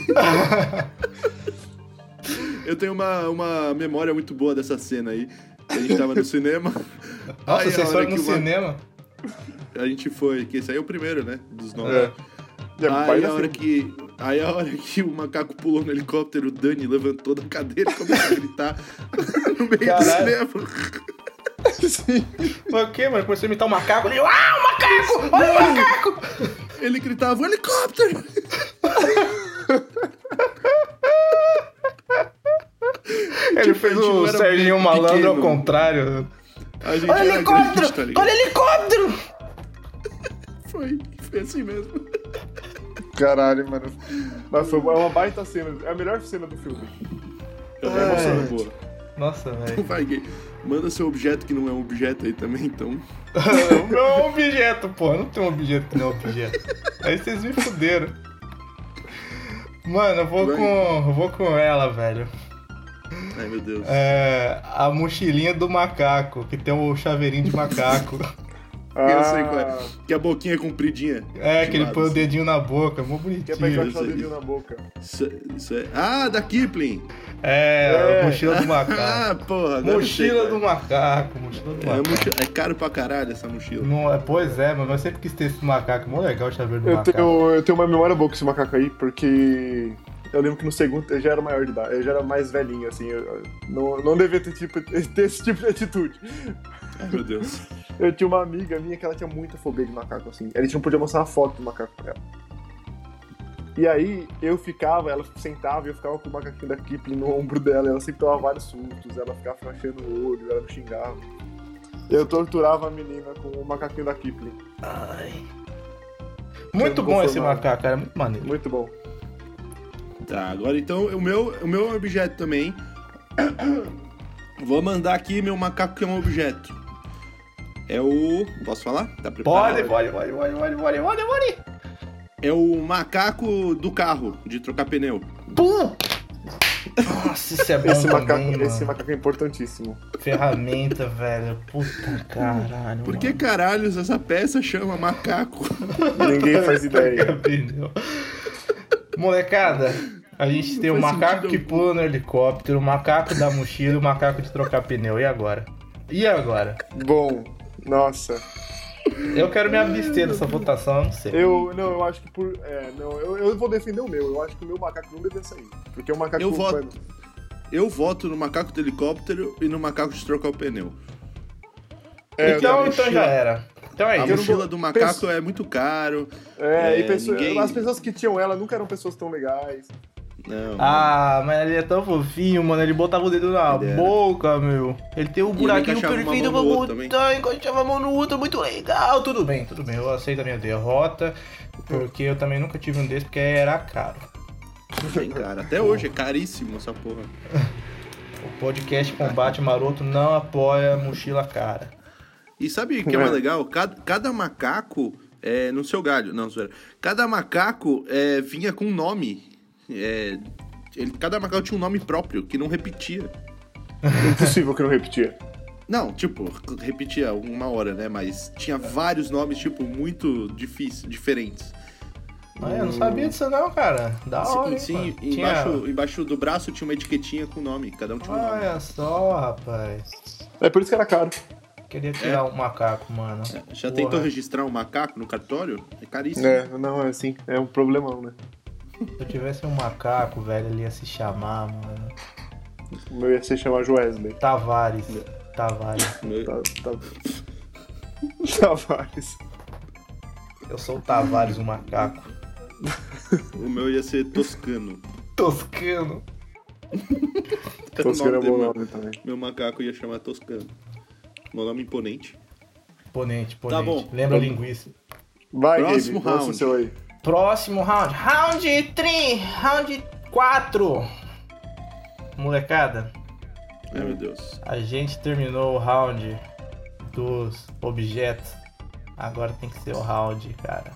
Speaker 2: Eu tenho uma, uma memória muito boa dessa cena aí. A gente tava no cinema.
Speaker 3: Nossa,
Speaker 2: Aí a
Speaker 3: vocês
Speaker 2: hora
Speaker 3: foram
Speaker 2: que
Speaker 3: no
Speaker 2: o ma-
Speaker 3: cinema?
Speaker 2: A gente foi, que esse aí é o primeiro, né? Dos nove.
Speaker 3: É. assim.
Speaker 1: Ele é pai
Speaker 2: Aí
Speaker 1: da
Speaker 2: a, hora que, aí a hora que o macaco pulou no helicóptero, o Dani levantou da cadeira e começou a gritar no meio
Speaker 3: Caralho.
Speaker 2: do cinema.
Speaker 1: filha. Sim.
Speaker 3: Foi o quê, mano? Começou a imitar o macaco ali. Ah, o macaco! Olha o macaco!
Speaker 2: Ele gritava, helicóptero!
Speaker 3: Ele fez
Speaker 2: Tipo,
Speaker 3: o
Speaker 2: era
Speaker 3: Serginho
Speaker 2: bem
Speaker 3: Malandro ao
Speaker 2: pequeno.
Speaker 3: contrário.
Speaker 2: A gente
Speaker 3: Olha o
Speaker 2: era
Speaker 3: helicóptero!
Speaker 2: grande, tá ligado?
Speaker 3: Olha o helicóptero!
Speaker 2: Foi, foi assim mesmo.
Speaker 1: Caralho, mano. Mas foi uma, é uma baita cena. É a melhor cena do filme.
Speaker 2: Eu
Speaker 3: É.
Speaker 2: emocionado, boa.
Speaker 3: Nossa, velho.
Speaker 2: Vai, gay. Manda seu objeto que não é um objeto aí também, então.
Speaker 3: O meu é um objeto, pô. Eu não tem um objeto que não é um objeto. Aí vocês me fuderam. Mano, eu vou
Speaker 2: Vai.
Speaker 3: com. eu vou com ela, velho.
Speaker 2: Ai, meu Deus.
Speaker 3: É, a mochilinha do macaco, que tem o chaveirinho de macaco.
Speaker 1: Ah,
Speaker 2: Eu sei qual é. Que a boquinha é compridinha.
Speaker 3: É,
Speaker 2: De
Speaker 3: que ele
Speaker 2: lado,
Speaker 3: põe o
Speaker 2: assim.
Speaker 3: dedinho na boca, mó
Speaker 1: Que é pra
Speaker 3: bonitinho.
Speaker 1: encaixar o dedinho na boca.
Speaker 2: Isso, isso é... Ah, da Kipling!
Speaker 3: É,
Speaker 1: É.
Speaker 3: a mochila do macaco.
Speaker 1: Tá.
Speaker 2: Ah, porra. agora eu sei,
Speaker 3: Mochila
Speaker 2: cara.
Speaker 3: do macaco, mochila do
Speaker 2: É,
Speaker 3: macaco.
Speaker 2: mochi- é caro pra caralho essa mochila.
Speaker 3: Não, é, pois é, mano, eu sempre quis ter esse macaco. Mó legal o chaveiro do
Speaker 1: Eu
Speaker 3: macaco.
Speaker 1: tenho, eu tenho uma memória boa com esse macaco aí, porque eu lembro que no segundo eu já era maior de idade, eu já era mais velhinho, assim, eu, eu não, não devia ter, tipo, ter esse tipo de atitude.
Speaker 2: Ai, meu Deus.
Speaker 1: Eu tinha uma amiga minha que ela tinha muita fobia de macaco, assim, a gente não podia mostrar uma foto do macaco pra ela. E aí eu ficava, ela sentava e eu ficava com o macaquinho da Kipling no ombro dela, ela sempre tomava vários sustos, ela ficava fechando o olho, ela me xingava. Eu torturava a menina com o macaquinho da Kipling.
Speaker 3: Muito
Speaker 1: eu
Speaker 3: bom
Speaker 1: não
Speaker 3: esse
Speaker 1: conformava.
Speaker 3: macaco, cara, muito maneiro.
Speaker 1: Muito bom.
Speaker 2: Tá, agora então, o meu, o meu é um objeto também. Vou mandar aqui meu macaco que é um objeto. É o... Posso falar? Tá preparado?
Speaker 3: Pode, pode, pode, pode, pode, pode, pode, pode.
Speaker 2: É o macaco do carro, de trocar pneu.
Speaker 3: Pum! Nossa, isso é bom
Speaker 1: Esse
Speaker 3: também,
Speaker 1: macaco,
Speaker 3: mano.
Speaker 1: esse macaco é importantíssimo.
Speaker 3: Ferramenta, velho. Puta caralho.
Speaker 2: Por que caralhos essa peça chama macaco?
Speaker 1: Ninguém faz
Speaker 2: é
Speaker 1: ideia.
Speaker 3: Entendeu? Molecada, a gente tem o
Speaker 2: Não faz
Speaker 3: macaco
Speaker 2: sentido
Speaker 3: que
Speaker 2: algum.
Speaker 3: pula no helicóptero, o macaco da mochila, o macaco de trocar pneu. E agora? E agora?
Speaker 1: Bom, nossa.
Speaker 3: Eu quero me abster dessa votação, eu não sei.
Speaker 1: Eu não, eu acho que por. É, não, eu, eu vou defender o meu. Eu acho que o meu macaco não deveria sair. Porque o macaco.
Speaker 2: Eu voto. Eu voto no macaco do helicóptero e no macaco de trocar o pneu.
Speaker 1: É,
Speaker 3: então,
Speaker 1: eu-
Speaker 3: então já era. Então é
Speaker 2: A
Speaker 3: isso.
Speaker 2: mochila
Speaker 1: vou-
Speaker 2: do macaco
Speaker 1: penso-
Speaker 2: é muito caro.
Speaker 1: É, e
Speaker 2: É,
Speaker 1: pessoa-
Speaker 2: ninguém-
Speaker 1: as pessoas que tinham ela nunca eram pessoas tão legais.
Speaker 2: Não,
Speaker 3: Ah, mas ele é tão fofinho, mano. Ele botava o dedo na
Speaker 2: Ele era.
Speaker 3: boca, meu. Ele tem o buraquinho
Speaker 2: encaixava uma
Speaker 3: perfeito
Speaker 2: mão
Speaker 3: pra
Speaker 2: no outro
Speaker 3: botar, encaixava a mão no outro, muito legal. Tudo bem, tudo bem. Eu aceito a minha derrota, porque eu também nunca tive um desse, porque era caro.
Speaker 2: mano, tem cara. Até hoje é caríssimo essa porra.
Speaker 3: O podcast Combate Maroto não apoia a mochila cara.
Speaker 2: E sabe o que é mais legal? Cada, cada macaco é no seu galho. Não, zoeira. Cada macaco é, vinha com um nome. É, ele- cada macaco tinha um nome próprio, que não repetia.
Speaker 1: É Impossível que não repetia.
Speaker 2: Não, tipo, repetia uma hora, né? Mas tinha vários nomes, tipo, muito difíceis, diferentes.
Speaker 3: Ah, eu não sabia disso não, cara. Da hora, hein,
Speaker 2: sim,
Speaker 3: mano.
Speaker 2: sim embaixo, embaixo do braço tinha uma etiquetinha com o nome. Cada um tinha um
Speaker 3: Tinha...
Speaker 2: nome.
Speaker 3: Olha só, rapaz.
Speaker 1: É por isso que era caro.
Speaker 3: Queria tirar um macaco, mano.
Speaker 2: É. Já
Speaker 3: Porra.
Speaker 2: tentou registrar um macaco no cartório? É caríssimo.
Speaker 1: É, não, é assim. É um problemão, né?
Speaker 3: Se eu tivesse um macaco, velho, ele ia se chamar, mano.
Speaker 1: O meu ia ser chamar Wesley.
Speaker 3: Tavares. Tavares.
Speaker 1: Tá, tá... Tavares.
Speaker 3: Eu sou o Tavares, o macaco.
Speaker 2: O meu ia ser Toscano.
Speaker 3: Toscano.
Speaker 2: Era o
Speaker 1: Toscano é
Speaker 2: nome
Speaker 1: bom
Speaker 2: do meu-
Speaker 1: nome também.
Speaker 2: Meu macaco ia chamar Toscano. Meu nome imponente.
Speaker 3: Ponente, ponente.
Speaker 2: Tá bom.
Speaker 3: Lembra a linguiça.
Speaker 1: Vai,
Speaker 2: Próximo
Speaker 1: Gabe, lança o
Speaker 2: round.
Speaker 1: seu aí.
Speaker 3: Próximo round. Round 3. Round 4. Molecada,
Speaker 2: Ai, meu Deus.
Speaker 3: a gente terminou o round dos objetos. Agora tem que ser o round, cara.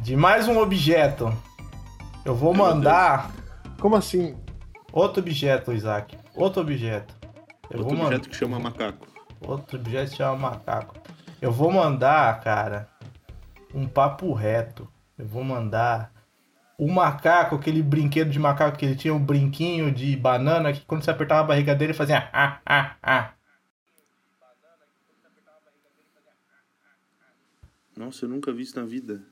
Speaker 3: De mais um objeto. Eu vou
Speaker 2: Meu Deus.
Speaker 3: mandar
Speaker 1: Como assim?
Speaker 3: outro objeto, Isaac. Outro objeto. Eu
Speaker 2: Outro
Speaker 3: vou mandar.
Speaker 2: objeto que chama macaco.
Speaker 3: Outro objeto chama um macaco. Eu vou mandar, cara, um papo reto. Eu vou mandar o macaco, aquele brinquedo de macaco que ele tinha, um brinquinho de banana que quando você apertava a barriga dele ele fazia ah, ah, ah.
Speaker 2: Nossa, eu nunca vi isso na vida.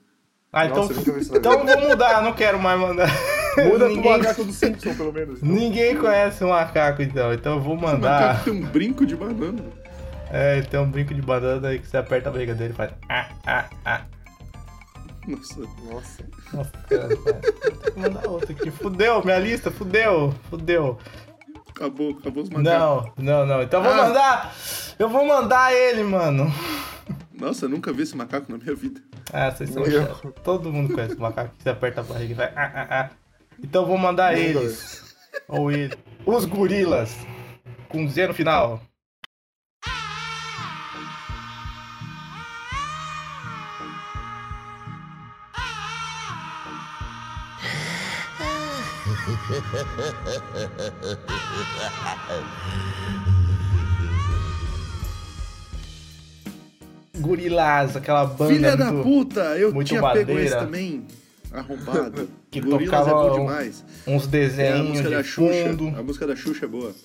Speaker 3: Ah, então,
Speaker 1: Nossa, eu nunca vi isso na
Speaker 3: então eu vou mudar, não quero mais mandar.
Speaker 1: Muda pro
Speaker 3: ninguém,
Speaker 1: macaco do Simpson, pelo menos.
Speaker 3: ninguém conhece o macaco, então. Então eu vou
Speaker 2: O
Speaker 3: mandar.
Speaker 2: macaco tem um brinco de banana.
Speaker 3: É, tem um brinco de banana que você aperta a barriga dele e faz ah, ah, ah.
Speaker 2: Nossa.
Speaker 1: Nossa.
Speaker 3: Nossa, cara, cara. Tem que mandar outro aqui. Fudeu, minha lista, fudeu, fudeu.
Speaker 2: Acabou, acabou os macacos.
Speaker 3: Não, não, não. Então eu vou
Speaker 2: Ah.
Speaker 3: mandar. Eu vou mandar ele, mano.
Speaker 2: Nossa, eu nunca vi esse macaco na minha vida.
Speaker 3: Ah, vocês são
Speaker 1: Não, eu-
Speaker 3: chatos. Todo mundo conhece o macaco que você aperta a barriga e vai. Ah, ah, ah. Então eu vou mandar eles. Ou ele. Os gorilas. Com Z no final. Gorilas, aquela banda
Speaker 2: Filha da
Speaker 3: muito-
Speaker 2: puta! Eu
Speaker 3: muito
Speaker 2: tinha pego
Speaker 3: madeira.
Speaker 2: esse também. Arrombado.
Speaker 3: Que
Speaker 2: Gorilas é
Speaker 3: tocava
Speaker 2: bom
Speaker 3: um-
Speaker 2: demais.
Speaker 3: uns
Speaker 2: É a
Speaker 3: desenhos
Speaker 2: música da
Speaker 3: de
Speaker 2: Xuxa.
Speaker 3: fundo,
Speaker 2: A música da Xuxa é boa.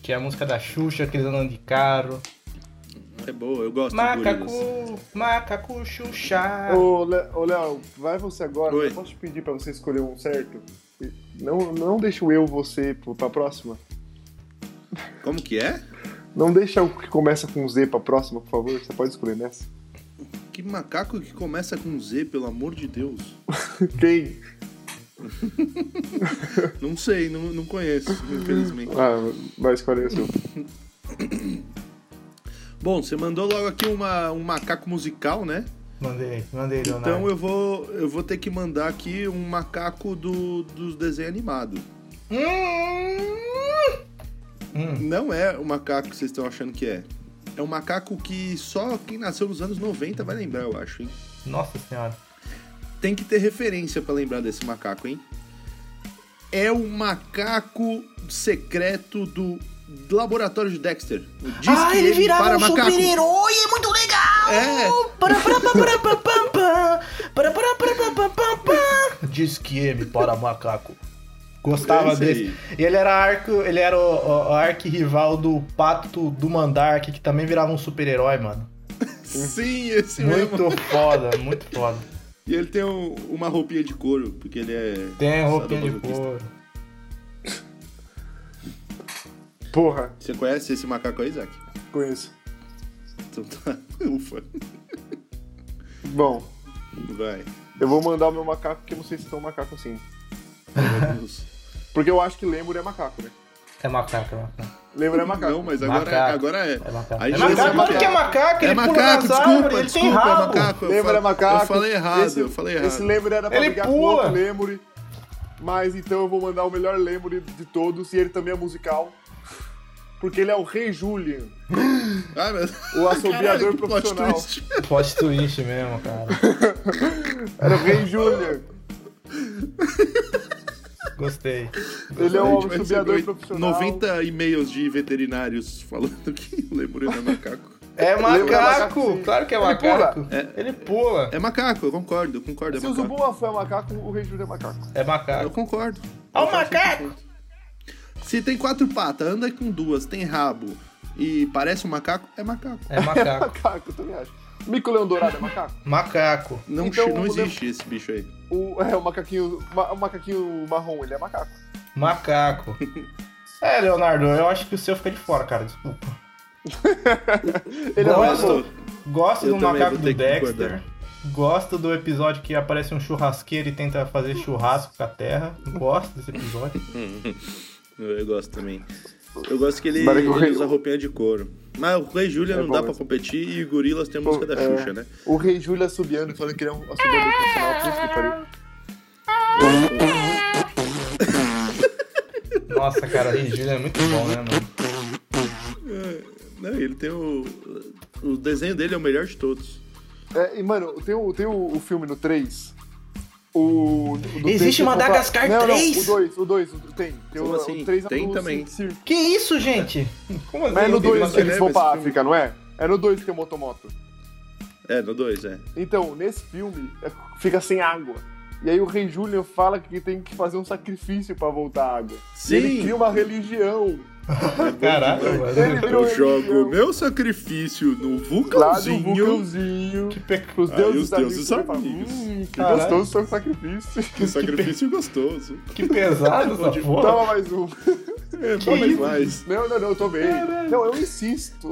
Speaker 3: que é a música da Xuxa, que eles andam de carro.
Speaker 2: É boa, eu gosto de gorilas.
Speaker 3: Macacu, macacu Xuxa.
Speaker 1: Ô, Le- ô, Léo, vai você agora.
Speaker 2: Oi.
Speaker 1: Eu posso te pedir pra você escolher um certo? E Não, não deixa o eu você pro- pra próxima.
Speaker 2: Como que é?
Speaker 1: Não deixa o que começa com Z pra próxima, por favor. Você pode escolher nessa.
Speaker 2: Que macaco que começa com Z, pelo amor de Deus.
Speaker 1: Quem?
Speaker 2: Não sei, não, não conheço, infelizmente.
Speaker 1: Ah, vai escolher o seu.
Speaker 2: Bom, você mandou logo aqui uma, um macaco musical, né?
Speaker 3: Mandei, mandei, Leonardo.
Speaker 2: Então eu vou, eu vou ter que mandar aqui um macaco do, dos desenhos animados.
Speaker 3: Hum. Hum.
Speaker 2: Não é o macaco que vocês estão achando que é. É um macaco que só quem nasceu nos anos 90 vai lembrar, eu acho, hein?
Speaker 3: Nossa senhora.
Speaker 2: Tem que ter referência pra lembrar desse macaco, hein? é o macaco secreto do laboratório de Dexter. O Disque
Speaker 6: ah, ele virava
Speaker 2: para
Speaker 6: um
Speaker 2: macaco.
Speaker 6: super-herói, é muito legal!
Speaker 2: É.
Speaker 6: Para, para, para, para, pam, pam. Para, para, para, para, pam, pam, pam.
Speaker 3: Diz que M para macaco. Gostava
Speaker 2: Esse
Speaker 3: desse.
Speaker 2: aí.
Speaker 3: E ele era arco, ele era o, o, o arquirrival do Pato do Mandark, que também virava um super-herói, mano.
Speaker 2: Sim, esse mesmo.
Speaker 3: Muito foda, muito foda.
Speaker 2: E ele tem um- uma roupinha de couro, porque ele é.
Speaker 3: Tem roupinha de
Speaker 2: sadomasoquista.
Speaker 3: couro.
Speaker 1: Porra,
Speaker 2: Você conhece esse macaco aí, Isaac?
Speaker 1: conheço.
Speaker 2: Então tá. Ufa.
Speaker 1: Bom,
Speaker 2: Vai.
Speaker 1: eu vou mandar o meu macaco, porque eu não sei se é tão macaco assim.
Speaker 2: Meu Deus.
Speaker 1: Porque eu acho que lembro é macaco, né?
Speaker 3: É macaco, é macaco.
Speaker 1: Lembro é macaco.
Speaker 2: Não, mas agora,
Speaker 3: Macaco.
Speaker 2: agora é.
Speaker 3: É macaco.
Speaker 2: Aí
Speaker 3: é
Speaker 2: já
Speaker 3: macaco,
Speaker 2: sei
Speaker 3: claro
Speaker 2: que
Speaker 3: que é macaco, ele
Speaker 2: é
Speaker 3: pula
Speaker 2: macaco,
Speaker 3: nas
Speaker 2: desculpa,
Speaker 3: árvores, ele
Speaker 2: desculpa,
Speaker 3: tem rabo.
Speaker 2: é macaco. eu
Speaker 1: Lembra
Speaker 2: falo-
Speaker 1: é macaco.
Speaker 2: Eu falei errado,
Speaker 1: Esse-
Speaker 2: eu falei errado.
Speaker 1: Esse lembre era pra
Speaker 3: Ele
Speaker 1: brigar com
Speaker 3: pula.
Speaker 1: outro lembre. Mas então eu vou mandar o melhor lembre de todos e ele também é musical. Porque ele é o Rei Julian,
Speaker 2: Ai, Ah, meu...
Speaker 1: o assobiador
Speaker 2: que plot
Speaker 1: profissional.
Speaker 2: twist.
Speaker 3: Plot twist mesmo, cara.
Speaker 1: Era o Rei Julian.
Speaker 3: Gostei.
Speaker 1: Ele é
Speaker 2: A
Speaker 1: um
Speaker 2: gente vai
Speaker 1: assobiador
Speaker 2: receber
Speaker 1: profissional.
Speaker 2: 90 e-mails de veterinários falando que o lemurino é macaco.
Speaker 3: É
Speaker 1: Lembra macaco,
Speaker 3: macaco,
Speaker 1: sim.
Speaker 3: claro que é
Speaker 1: Ele pula.
Speaker 3: macaco. Ele pula.
Speaker 2: É macaco, eu concordo, eu concordo, é
Speaker 1: Se o
Speaker 2: macaco.
Speaker 1: Zubuma foi macaco, o Rei Julian é macaco.
Speaker 3: É
Speaker 2: Eu
Speaker 3: macaco.
Speaker 2: concordo.
Speaker 6: É
Speaker 3: Olha o macaco!
Speaker 2: Se tem quatro patas, anda com duas, tem rabo e parece um macaco, é macaco.
Speaker 3: É
Speaker 1: É
Speaker 3: macaco.
Speaker 1: macaco, eu também acho. Mico Leão Dourado é macaco?
Speaker 3: Macaco.
Speaker 2: Não,
Speaker 1: Então,
Speaker 2: chi- não
Speaker 1: o
Speaker 2: existe esse bicho aí.
Speaker 1: O, é, o macaquinho, ma- o macaquinho marrom, ele é macaco.
Speaker 3: Macaco. É, Leonardo, eu acho que o seu fica de fora, cara. Desculpa.
Speaker 1: Ele é
Speaker 3: Gosto.
Speaker 1: marrom.
Speaker 3: Gosto
Speaker 2: Eu
Speaker 3: do
Speaker 2: também
Speaker 3: macaco
Speaker 2: vou
Speaker 3: do
Speaker 2: ter que
Speaker 3: Dexter. Gosto do episódio que aparece um churrasqueiro e tenta fazer churrasco com a terra. Gosto desse episódio.
Speaker 2: Eu gosto também. Eu gosto que ele,
Speaker 1: Mas é que o
Speaker 2: ele
Speaker 1: Rei-
Speaker 2: usa roupinha de couro. Mas o Rei Júlia
Speaker 1: É
Speaker 2: não
Speaker 1: bom
Speaker 2: dá
Speaker 1: mesmo.
Speaker 2: pra competir e gorilas tem a música da
Speaker 1: é.
Speaker 2: Xuxa, né?
Speaker 1: O Rei Julian assobiando, falando que ele é um assobiador profissional. Puta que pariu.
Speaker 3: Nossa, cara, o Júlio é muito bom, né, mano?
Speaker 2: Não, ele tem o. O desenho dele é o melhor de todos.
Speaker 1: É, e, mano, tem o, tem o, o filme no 3. O. do
Speaker 6: Existe
Speaker 1: três que eu compro-
Speaker 6: Madagascar
Speaker 1: não, Não,
Speaker 6: 3?
Speaker 1: o 2, o 2, tem. Tem
Speaker 2: Como
Speaker 1: o, é
Speaker 2: assim?
Speaker 1: o 3
Speaker 2: Tem também.
Speaker 1: Mas
Speaker 3: Que isso, gente? Como assim?
Speaker 1: é no 2 que
Speaker 2: Madagascar,
Speaker 1: eles vão
Speaker 2: esse
Speaker 1: pra
Speaker 2: filme.
Speaker 1: África, não é? É no 2 que tem o Motomoto.
Speaker 2: É, no 2, é.
Speaker 1: Então, nesse filme, é- fica sem água. E aí o rei Julian fala que tem que fazer um sacrifício pra voltar à água. E ele
Speaker 2: Sim.
Speaker 1: cria uma religião.
Speaker 2: né?
Speaker 3: Caraca, mano.
Speaker 1: Ele virou
Speaker 2: Eu jogo
Speaker 1: religião.
Speaker 2: meu sacrifício no
Speaker 1: Lá no
Speaker 2: vulcãozinho.
Speaker 1: vulcãozinho.
Speaker 3: Que pecado.
Speaker 1: Pros
Speaker 2: Aí
Speaker 1: deuses
Speaker 2: Ah, os
Speaker 1: amigos.
Speaker 2: deuses
Speaker 1: Ele fala,
Speaker 2: amigos.
Speaker 1: Hum, que
Speaker 3: Caralho.
Speaker 1: gostoso seu sacrifício.
Speaker 2: Que sacrifício gostoso.
Speaker 3: Que pesado essa porra.
Speaker 1: Toma mais um.
Speaker 2: É, vamos mais.
Speaker 1: Não, não, não, eu tô bem. Não, eu insisto.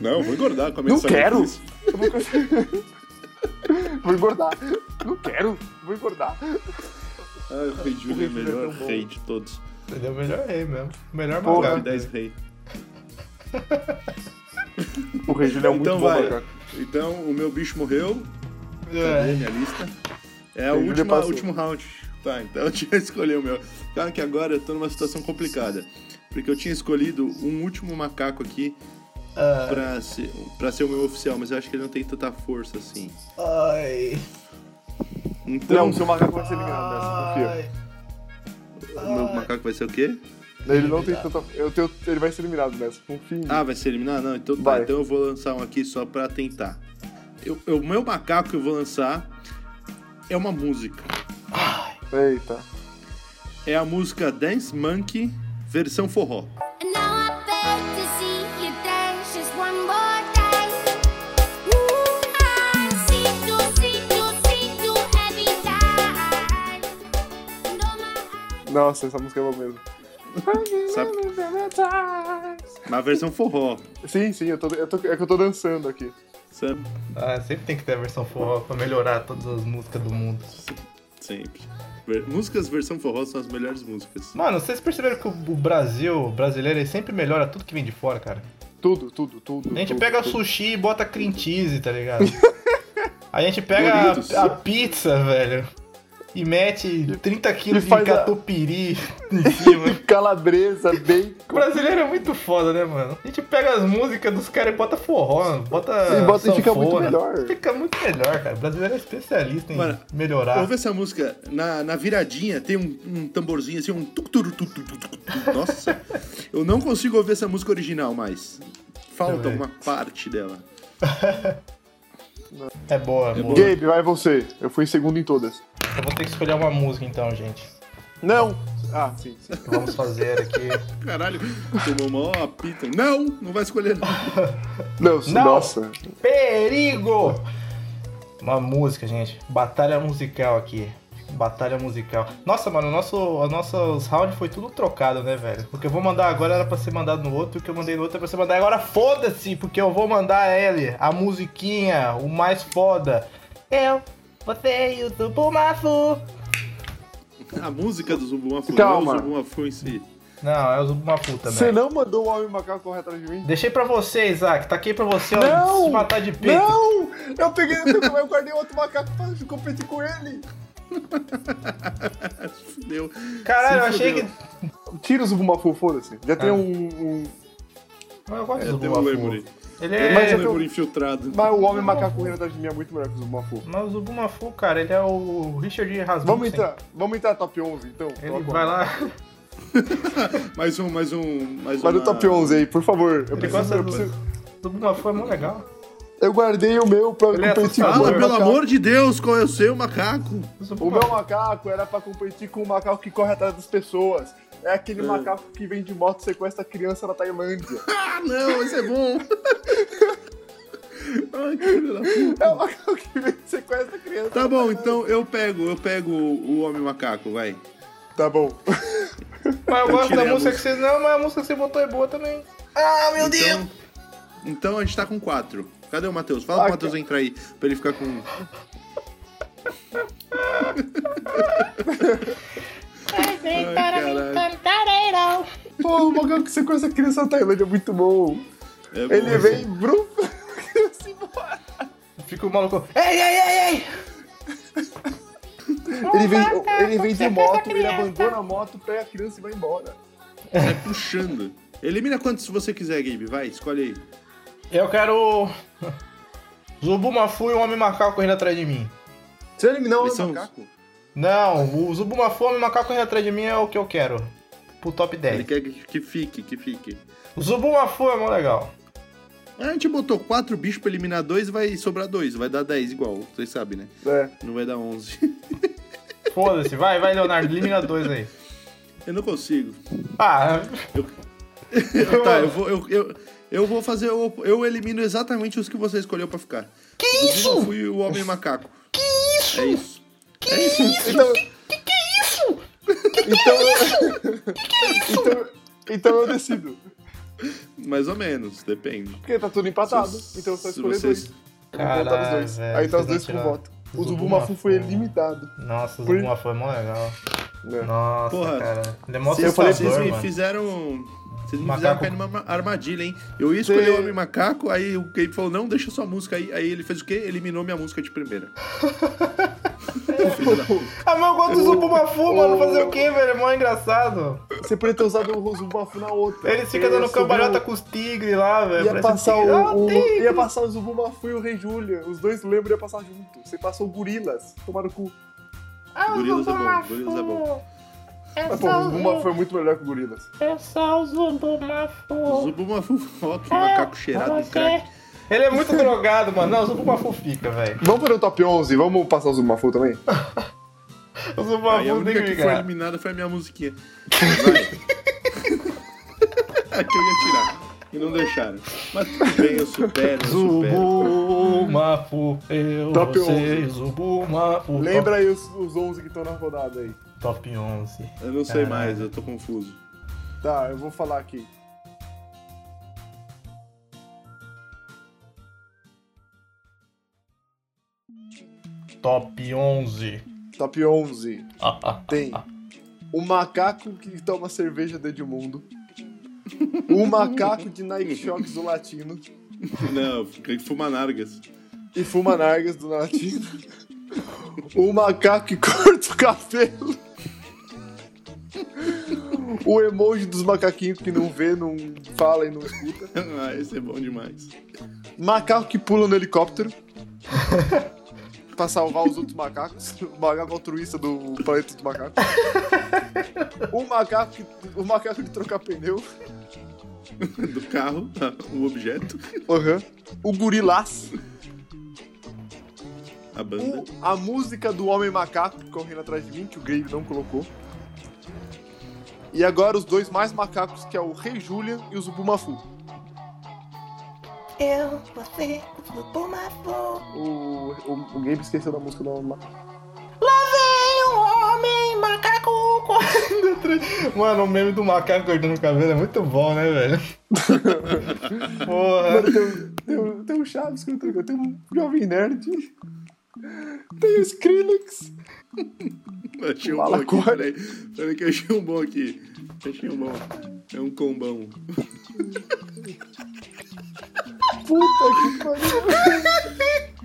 Speaker 2: Não, vou engordar com a minha
Speaker 1: Não quero.
Speaker 2: sacrifício.
Speaker 1: Eu vou... vou engordar. Não quero. Vou engordar.
Speaker 2: Ah, o Rei Júlio
Speaker 1: Rei Júlio
Speaker 2: é o
Speaker 1: é
Speaker 2: melhor
Speaker 1: tão bom.
Speaker 2: rei de todos.
Speaker 3: Ele é o melhor rei mesmo. O melhor
Speaker 1: Porra.
Speaker 2: Top
Speaker 3: macaco.
Speaker 2: 10 rei.
Speaker 1: O Rei Júlio é muito
Speaker 2: Então
Speaker 1: bom,
Speaker 2: vai.
Speaker 1: macaco.
Speaker 2: Então, o meu bicho morreu. Cadê
Speaker 3: É.
Speaker 2: minha lista? É
Speaker 1: Ele
Speaker 2: o
Speaker 1: já
Speaker 2: último,
Speaker 1: passou.
Speaker 2: último round. Tá, então eu tinha escolhido o meu. Claro que agora eu tô numa situação complicada. Porque eu tinha escolhido um último macaco aqui
Speaker 1: É.
Speaker 2: pra, ser, pra ser o meu oficial, mas eu acho que ele não tem tanta força assim.
Speaker 3: Ai.
Speaker 2: Então,
Speaker 1: Não, o seu macaco vai ser né? eliminado dessa,
Speaker 3: Ai.
Speaker 2: o meu macaco vai ser o quê?
Speaker 1: confia. Ele não tem tanta. Eu tenho... Ele vai ser eliminado né? nessa, confia. em mim.
Speaker 2: Ah, vai ser eliminado? Não, então tá.
Speaker 1: Vai.
Speaker 2: Então eu vou lançar um aqui só pra tentar. Eu- eu- O meu macaco que eu vou lançar é uma música.
Speaker 1: Eita.
Speaker 2: É a música Dance Monkey, versão forró.
Speaker 4: And now I beg to see you dance just one more day. Ooh, I see you, see you, see you every time. And all my eyes-
Speaker 1: Nossa, essa música é boa mesmo.
Speaker 2: Sabe? Mas a versão forró, é
Speaker 1: Sim, sim, eu tô, eu tô, é que eu tô dançando aqui.
Speaker 2: sabe?
Speaker 3: Ah, sempre tem que ter a versão forró pra melhorar todas as músicas do mundo.
Speaker 2: Sempre. Ver- Músicas versão forró são as melhores músicas.
Speaker 3: Mano, vocês perceberam que o Brasil, o brasileiro, ele sempre melhora tudo que vem de fora, cara.
Speaker 1: Tudo, tudo, tudo.
Speaker 3: A gente
Speaker 1: tudo,
Speaker 3: pega o
Speaker 1: tudo.
Speaker 3: sushi e bota cream cheese, tá ligado? A gente pega
Speaker 2: Doritos.
Speaker 3: a, a pizza, velho. e mete 30 quilos de
Speaker 1: faz a-
Speaker 3: catupiry em cima.
Speaker 1: Calabresa,
Speaker 3: O
Speaker 1: bacon.
Speaker 3: brasileiro é muito foda, né, mano? A gente pega as músicas dos caras e bota forró, bota.
Speaker 1: E bota- e fica muito
Speaker 3: sanfona.
Speaker 1: melhor.
Speaker 3: Fica muito melhor, cara. O brasileiro é especialista em
Speaker 2: Mano,
Speaker 1: Ah.
Speaker 3: melhorar.
Speaker 2: Ouve essa música, na, na viradinha tem um, um tamborzinho assim, um tuc tuc tuc tuc tuc tuc tuc. Nossa, eu não consigo ouvir essa música original mais. Falta
Speaker 3: Também.
Speaker 2: uma parte dela.
Speaker 3: É boa, é boa.
Speaker 1: Gabe, vai você. Eu fui em segundo em todas.
Speaker 3: Eu vou ter que escolher uma música então, gente.
Speaker 1: Não! Ah, sim. sim.
Speaker 3: Vamos fazer aqui.
Speaker 2: Caralho, tomou mó apita. Não, não vai escolher não.
Speaker 1: Não,
Speaker 3: Não.
Speaker 1: nossa.
Speaker 3: Perigo! Uma música, gente. Batalha musical aqui. Batalha musical. Nossa, mano, o nosso, o nossos round foi tudo trocado, né, velho? O que eu vou mandar agora era pra ser mandado no outro, o que eu mandei no outro é pra ser mandado agora. Foda-se, porque eu vou mandar ele, a musiquinha, o mais foda. Eu, você e o Zubumafu.
Speaker 2: A música do Zubumafu,
Speaker 1: Calma.
Speaker 2: não o Zubumafu em si.
Speaker 3: Não, é o Zubumafu também.
Speaker 1: Você não mandou o homem macaco correr atrás de mim?
Speaker 3: Deixei pra você, Isaac. Taquei pra você, ó.
Speaker 1: Não!
Speaker 3: Se matar de peito.
Speaker 1: Não! Eu peguei, eu guardei outro macaco pra competir com ele.
Speaker 2: Fudeu.
Speaker 3: Caralho, eu
Speaker 2: Se
Speaker 3: achei
Speaker 2: fudeu.
Speaker 3: que.
Speaker 1: Tira o Zubumafu, foda-se. Já tem
Speaker 3: Ah.
Speaker 1: um, um.
Speaker 3: Não, eu gosto
Speaker 2: É,
Speaker 3: do
Speaker 2: tem um
Speaker 3: Zubumafu.
Speaker 2: Lemuri.
Speaker 3: Ele
Speaker 2: Tem
Speaker 3: é.
Speaker 1: Mas
Speaker 2: mais
Speaker 1: eu
Speaker 2: um
Speaker 1: tô-
Speaker 2: Lemuri infiltrado.
Speaker 1: Mas o homem macaco correndo atrás de mim é muito melhor que o Zubumafu.
Speaker 3: Mas o Zubumafu, cara, ele é o Richard Rasmussen.
Speaker 1: Vamos entrar, vamos entrar top 11 então?
Speaker 3: Ele
Speaker 1: Top
Speaker 3: vai
Speaker 1: 11.
Speaker 3: lá.
Speaker 2: Mais um, mais um, mais um.
Speaker 1: Vai no top 11 aí, por favor. Eu, preciso,
Speaker 3: gosta
Speaker 1: eu,
Speaker 3: do-
Speaker 1: preciso-
Speaker 3: O Zubumafu é muito legal.
Speaker 1: eu guardei o meu pra
Speaker 3: Ele é
Speaker 1: competir com o
Speaker 2: Fala,
Speaker 1: homem
Speaker 2: pelo
Speaker 1: macaco.
Speaker 2: amor de Deus, qual é o seu macaco?
Speaker 3: O
Speaker 1: O
Speaker 3: Zubumafu.
Speaker 1: meu macaco era pra competir com o macaco que corre atrás das pessoas. É aquele macaco que vem de moto e sequestra criança na Tailândia.
Speaker 2: Ah, não, esse é bom. Ai, que filho da puta.
Speaker 1: É o macaco que vem e sequestra criança.
Speaker 2: Tá bom, então eu pego, eu pego o Homem Macaco, vai.
Speaker 1: Tá bom.
Speaker 3: Mas eu gosto
Speaker 2: tirei
Speaker 3: da
Speaker 2: a
Speaker 3: música que você. Não, mas a música que você botou é boa também.
Speaker 6: Ah, meu Deus!
Speaker 2: Então, então a gente tá com quatro. Cadê o Matheus? Fala
Speaker 1: Ah,
Speaker 2: pro Matheus entrar aí, pra ele ficar com... é, Ai, caralho.
Speaker 1: Pô, o macaco que sequestra criança na Tailândia é muito bom.
Speaker 2: É bom,
Speaker 1: Ele
Speaker 2: esse.
Speaker 1: vem, brum, criança embora.
Speaker 3: Fica o maluco.
Speaker 6: Ei, ei, ei, ei!
Speaker 1: Ele vem, ele vem de moto, ele abandona a moto, pega a criança e vai embora.
Speaker 2: Vai puxando. Elimina quantos você quiser, Gabe, vai, escolhe aí.
Speaker 3: Eu quero. Zubumafu e o Homem Macaco correndo atrás de mim.
Speaker 1: Você eliminou
Speaker 2: Eles
Speaker 1: o
Speaker 2: são-
Speaker 1: macaco?
Speaker 3: Não, o Zubumafu e o Homem Macaco correndo atrás de mim é o que eu quero. Pro top
Speaker 2: Ele
Speaker 3: 10.
Speaker 2: quer que que fique, que fique.
Speaker 3: O Zubumafu é mó legal.
Speaker 2: A gente botou quatro bichos pra eliminar dois, vai sobrar dois, vai dar dez igual, vocês sabem, né?
Speaker 1: É.
Speaker 2: Não vai dar onze.
Speaker 3: Foda-se, vai, vai, Leonardo, elimina dois aí.
Speaker 2: Eu não consigo.
Speaker 3: Ah,
Speaker 2: Tá, eu vou, eu, eu, eu vou fazer. Eu, eu elimino exatamente os que você escolheu pra ficar. Que isso? Eu fui o homem macaco. Que isso? É isso. Que é isso?
Speaker 1: Então... Que, que é isso? então... Que que é isso? Então, então eu decido.
Speaker 2: Mais ou menos, depende.
Speaker 1: Porque tá tudo empatado. então eu só
Speaker 2: Se
Speaker 1: escolhi
Speaker 2: vocês-
Speaker 1: dois. Vou botar os
Speaker 3: Caralho,
Speaker 1: dois.
Speaker 3: velho,
Speaker 1: Aí tá os dois
Speaker 3: vocês vão
Speaker 1: com
Speaker 3: tirar.
Speaker 1: voto. O
Speaker 3: Zubumafu.
Speaker 1: Zubumafu foi eliminado.
Speaker 3: Nossa, o
Speaker 1: Por-
Speaker 3: Zubumafu é mó legal.
Speaker 1: né?
Speaker 3: Nossa,
Speaker 2: Porra,
Speaker 3: cara. Ele é mó
Speaker 2: Vocês-
Speaker 1: eu falei pra
Speaker 3: assustador,
Speaker 2: vocês me
Speaker 3: mano.
Speaker 2: fizeram. Vocês me fizeram
Speaker 3: Macaco.
Speaker 2: cair numa armadilha, hein? Eu ia escolher
Speaker 1: Cê-
Speaker 2: o homem macaco, aí o Gabe falou: não, deixa sua música aí. Aí ele fez o quê? Eliminou minha música de primeira.
Speaker 3: Ah, mas eu gosto do Zubumafu,
Speaker 1: o-
Speaker 3: mano. Fazer o quê, velho? É mó engraçado.
Speaker 1: Você podia ter usado o Zubumafu na outra.
Speaker 3: Ele fica
Speaker 1: Você
Speaker 3: dando
Speaker 1: subiu-
Speaker 3: cambalhota com os tigres lá, velho.
Speaker 1: Ia
Speaker 3: Parece um
Speaker 1: passar
Speaker 3: tigre.
Speaker 1: o, o-
Speaker 3: Ah, tem.
Speaker 1: ia passar o Zubumafu e o Rei Julia. Os dois lembram ia passar junto. Você passou o Gorilas. Tomaram o cu.
Speaker 2: Gorilas é bom, gorilas é bom.
Speaker 1: Mas, pô, o Zubumafu é muito melhor que o Gorilas.
Speaker 2: Zubumafu, ó, que macaco
Speaker 6: é
Speaker 2: cheirado de crack.
Speaker 3: Ele é muito drogado, mano. Não, o Zubumafu fica, velho.
Speaker 1: Vamos fazer o top 11. Vamos passar o Zubumafu também?
Speaker 3: O
Speaker 2: Aí a
Speaker 3: Zubumafu tem
Speaker 2: única que
Speaker 3: que
Speaker 2: foi
Speaker 3: ficar.
Speaker 2: eliminada foi a minha musiquinha. Vai. a que eu ia tirar. E não deixaram. Mas tudo bem, eu supero, eu supero.
Speaker 3: Zubumafu, eu,
Speaker 1: Top
Speaker 3: você,
Speaker 1: 11.
Speaker 3: Zubumafu.
Speaker 1: Lembra aí os, os 11 que estão na rodada aí.
Speaker 3: Top, top 11.
Speaker 2: Eu não sei
Speaker 3: Caralho.
Speaker 2: mais, eu tô confuso.
Speaker 1: Tá, eu vou falar aqui.
Speaker 3: Top 11.
Speaker 1: Top 11.
Speaker 3: Ah, ah.
Speaker 1: Tem o macaco que toma cerveja do Edmundo. O macaco de Nike Shocks do Latino.
Speaker 2: Não, fiquei que fumar nargas.
Speaker 1: E fuma nargas do Latino. O macaco que corta o cabelo. O emoji dos macaquinhos que não vê, não fala e não escuta.
Speaker 2: ah, esse é bom demais.
Speaker 1: Macaco que pula no helicóptero. pra salvar os outros macacos. O macaco altruísta do planeta dos macacos. O macaco que, o macaco de trocar pneu.
Speaker 2: Do carro, o objeto,
Speaker 1: Aham. O gorilás.
Speaker 2: a banda.
Speaker 1: O- a música do Homem Macaco correndo atrás de mim, que o Grave não colocou. E agora os dois mais macacos, que é o Rei Julian e o Zubumafu.
Speaker 6: Eu, você, o Bumafu.
Speaker 1: O, o, o Gabe esqueceu da música do Homem Macaco.
Speaker 6: Lá vem um homem macaco correndo.
Speaker 3: Mano, o meme do macaco cortando o cabelo é muito bom, né, velho? Porra.
Speaker 1: Tem, um- tem, um- tem um Chaves que eu tô tem um Jovem Nerd. Tem o Skrillex.
Speaker 2: Eu Achei um bom
Speaker 1: Fala
Speaker 2: aqui,
Speaker 1: agora.
Speaker 2: peraí. Peraí que eu achei um bom aqui. Eu Achei um bom. É um combão.
Speaker 1: Puta que pariu.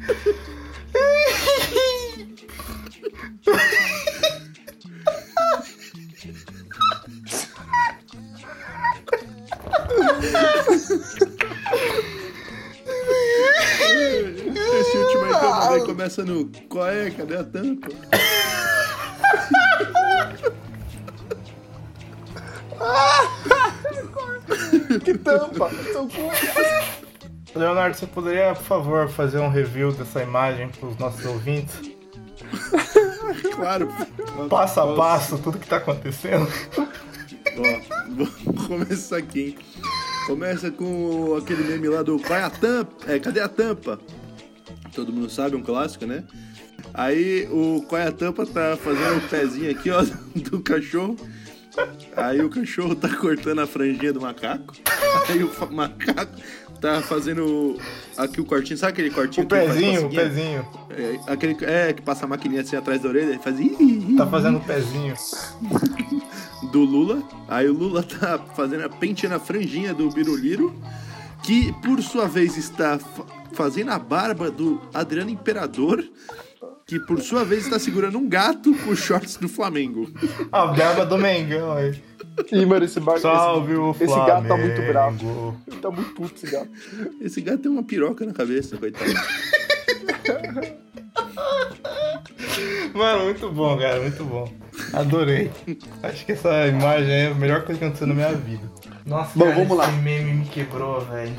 Speaker 2: Esse último aí, então,
Speaker 1: Ah!
Speaker 2: mas aí começa no... Qual é? Cadê a tampa?
Speaker 1: Que tampa. Tô com-
Speaker 3: Leonardo, você poderia, por favor, fazer um review dessa imagem pros nossos ouvintes?
Speaker 2: Claro.
Speaker 3: Passo a passo, tudo que tá acontecendo.
Speaker 2: Ó, vou começar aqui, hein. Começa com aquele meme lá do... Qual é a tampa? É, cadê a tampa? Todo mundo sabe, é um clássico, né? Aí o Qual é a tampa tá fazendo o pezinho aqui, ó, do cachorro. Aí o cachorro tá cortando a franjinha do macaco. Aí o fa- macaco tá fazendo aqui o cortinho, sabe aquele
Speaker 1: Tipo,
Speaker 2: cortinho
Speaker 3: O
Speaker 2: que ele faz
Speaker 3: pezinho, o
Speaker 1: assim,
Speaker 2: cosquinha?
Speaker 3: pezinho.
Speaker 2: É, aquele, é, que passa a maquininha assim atrás da orelha, ele faz "Ih, ih, ih",
Speaker 3: Tá fazendo o pezinho.
Speaker 2: do Lula. Aí o Lula tá fazendo a pente na franjinha do Biruliro, que por sua vez está fa- fazendo a barba do Adriano Imperador, que por sua vez está segurando um gato com shorts do Flamengo.
Speaker 3: A barba do Mengão aí.
Speaker 1: Ih, mano, esse bar...
Speaker 3: Salve o
Speaker 1: esse, esse
Speaker 3: Flamengo.
Speaker 1: gato tá muito bravo. Tá muito puto esse gato.
Speaker 2: Esse gato tem uma piroca na cabeça, coitado.
Speaker 3: Mano, muito bom, cara, muito bom. Adorei. Acho que essa imagem é a melhor coisa que aconteceu na minha vida. Nossa,
Speaker 1: Bom,
Speaker 3: cara,
Speaker 1: vamos lá.
Speaker 3: esse meme me quebrou, velho.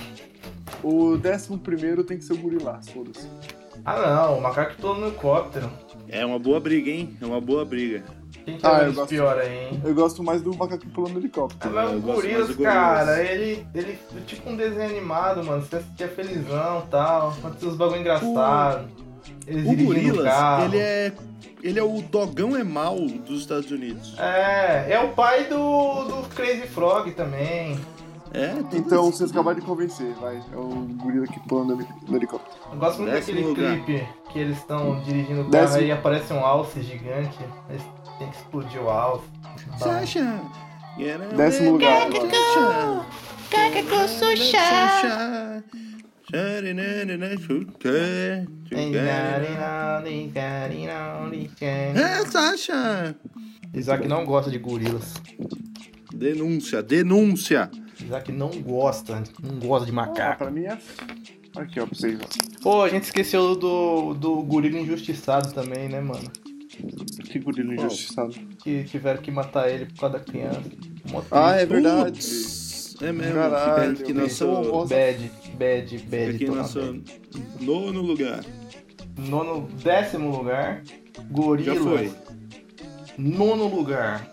Speaker 1: O décimo primeiro tem que ser o gorilás, foda-se.
Speaker 3: Ah não, o macaco pulou no helicóptero.
Speaker 2: É uma boa briga, hein? É uma boa briga.
Speaker 3: Quem
Speaker 1: Ah,
Speaker 3: tá
Speaker 1: eu
Speaker 3: menos
Speaker 1: gosto.
Speaker 3: pior aí, hein?
Speaker 1: Eu gosto mais do macaco pulando no
Speaker 3: Ah,
Speaker 1: helicóptero.
Speaker 3: Mas o
Speaker 2: eu gosto mais do
Speaker 3: Gorilas,
Speaker 2: Gorilas.
Speaker 3: cara, ele, ele. Tipo um desenho animado, mano. Você assistia felizão e tal. Acontecia uns bagulho engraçado. Eles
Speaker 2: O
Speaker 1: um
Speaker 3: dirigindo
Speaker 2: Gorilas,
Speaker 3: carro.
Speaker 2: ele é. Ele é o dogão é mal dos Estados Unidos.
Speaker 3: É, é o pai do, do Crazy Frog também.
Speaker 2: É, tudo
Speaker 1: Então vocês acabaram de convencer, vai. É o gorila que pula no heli- no helicóptero.
Speaker 3: Eu gosto muito
Speaker 2: Décimo
Speaker 3: daquele
Speaker 2: lugar.
Speaker 3: clipe que eles estão dirigindo o carro
Speaker 1: Décimo.
Speaker 3: e aparece um alce gigante. Eles têm que explodir o alce.
Speaker 2: Sasha!
Speaker 1: Décimo
Speaker 2: é
Speaker 1: lugar agora.
Speaker 2: Sasha!
Speaker 6: Macaco sucha.
Speaker 2: Sasha! É, Sasha!
Speaker 3: Isaac não gosta de gorilas.
Speaker 2: Denúncia, denúncia!
Speaker 3: Isaac não gosta, não gosta de
Speaker 1: Ah,
Speaker 3: macaco.
Speaker 1: pra mim é. Aqui, ó, pra vocês, ó.
Speaker 3: Pô, a gente esqueceu do, do gorila injustiçado também, né, mano?
Speaker 1: Que gorila injustiçado.
Speaker 3: Que tiveram que matar ele por causa da criança. Mó triste.
Speaker 1: Ah, é verdade.
Speaker 2: Putz, É mesmo,
Speaker 1: Caralho,
Speaker 2: fica aqui
Speaker 1: eu
Speaker 2: nosso,
Speaker 1: pensei, eu gosto.
Speaker 3: Bad, bad,
Speaker 2: fica
Speaker 3: bad.
Speaker 2: aqui
Speaker 3: tô na
Speaker 2: nosso
Speaker 3: bad.
Speaker 2: nono lugar.
Speaker 3: Nono, décimo lugar.
Speaker 2: Já
Speaker 3: Gorila.
Speaker 2: foi.
Speaker 3: Nono lugar.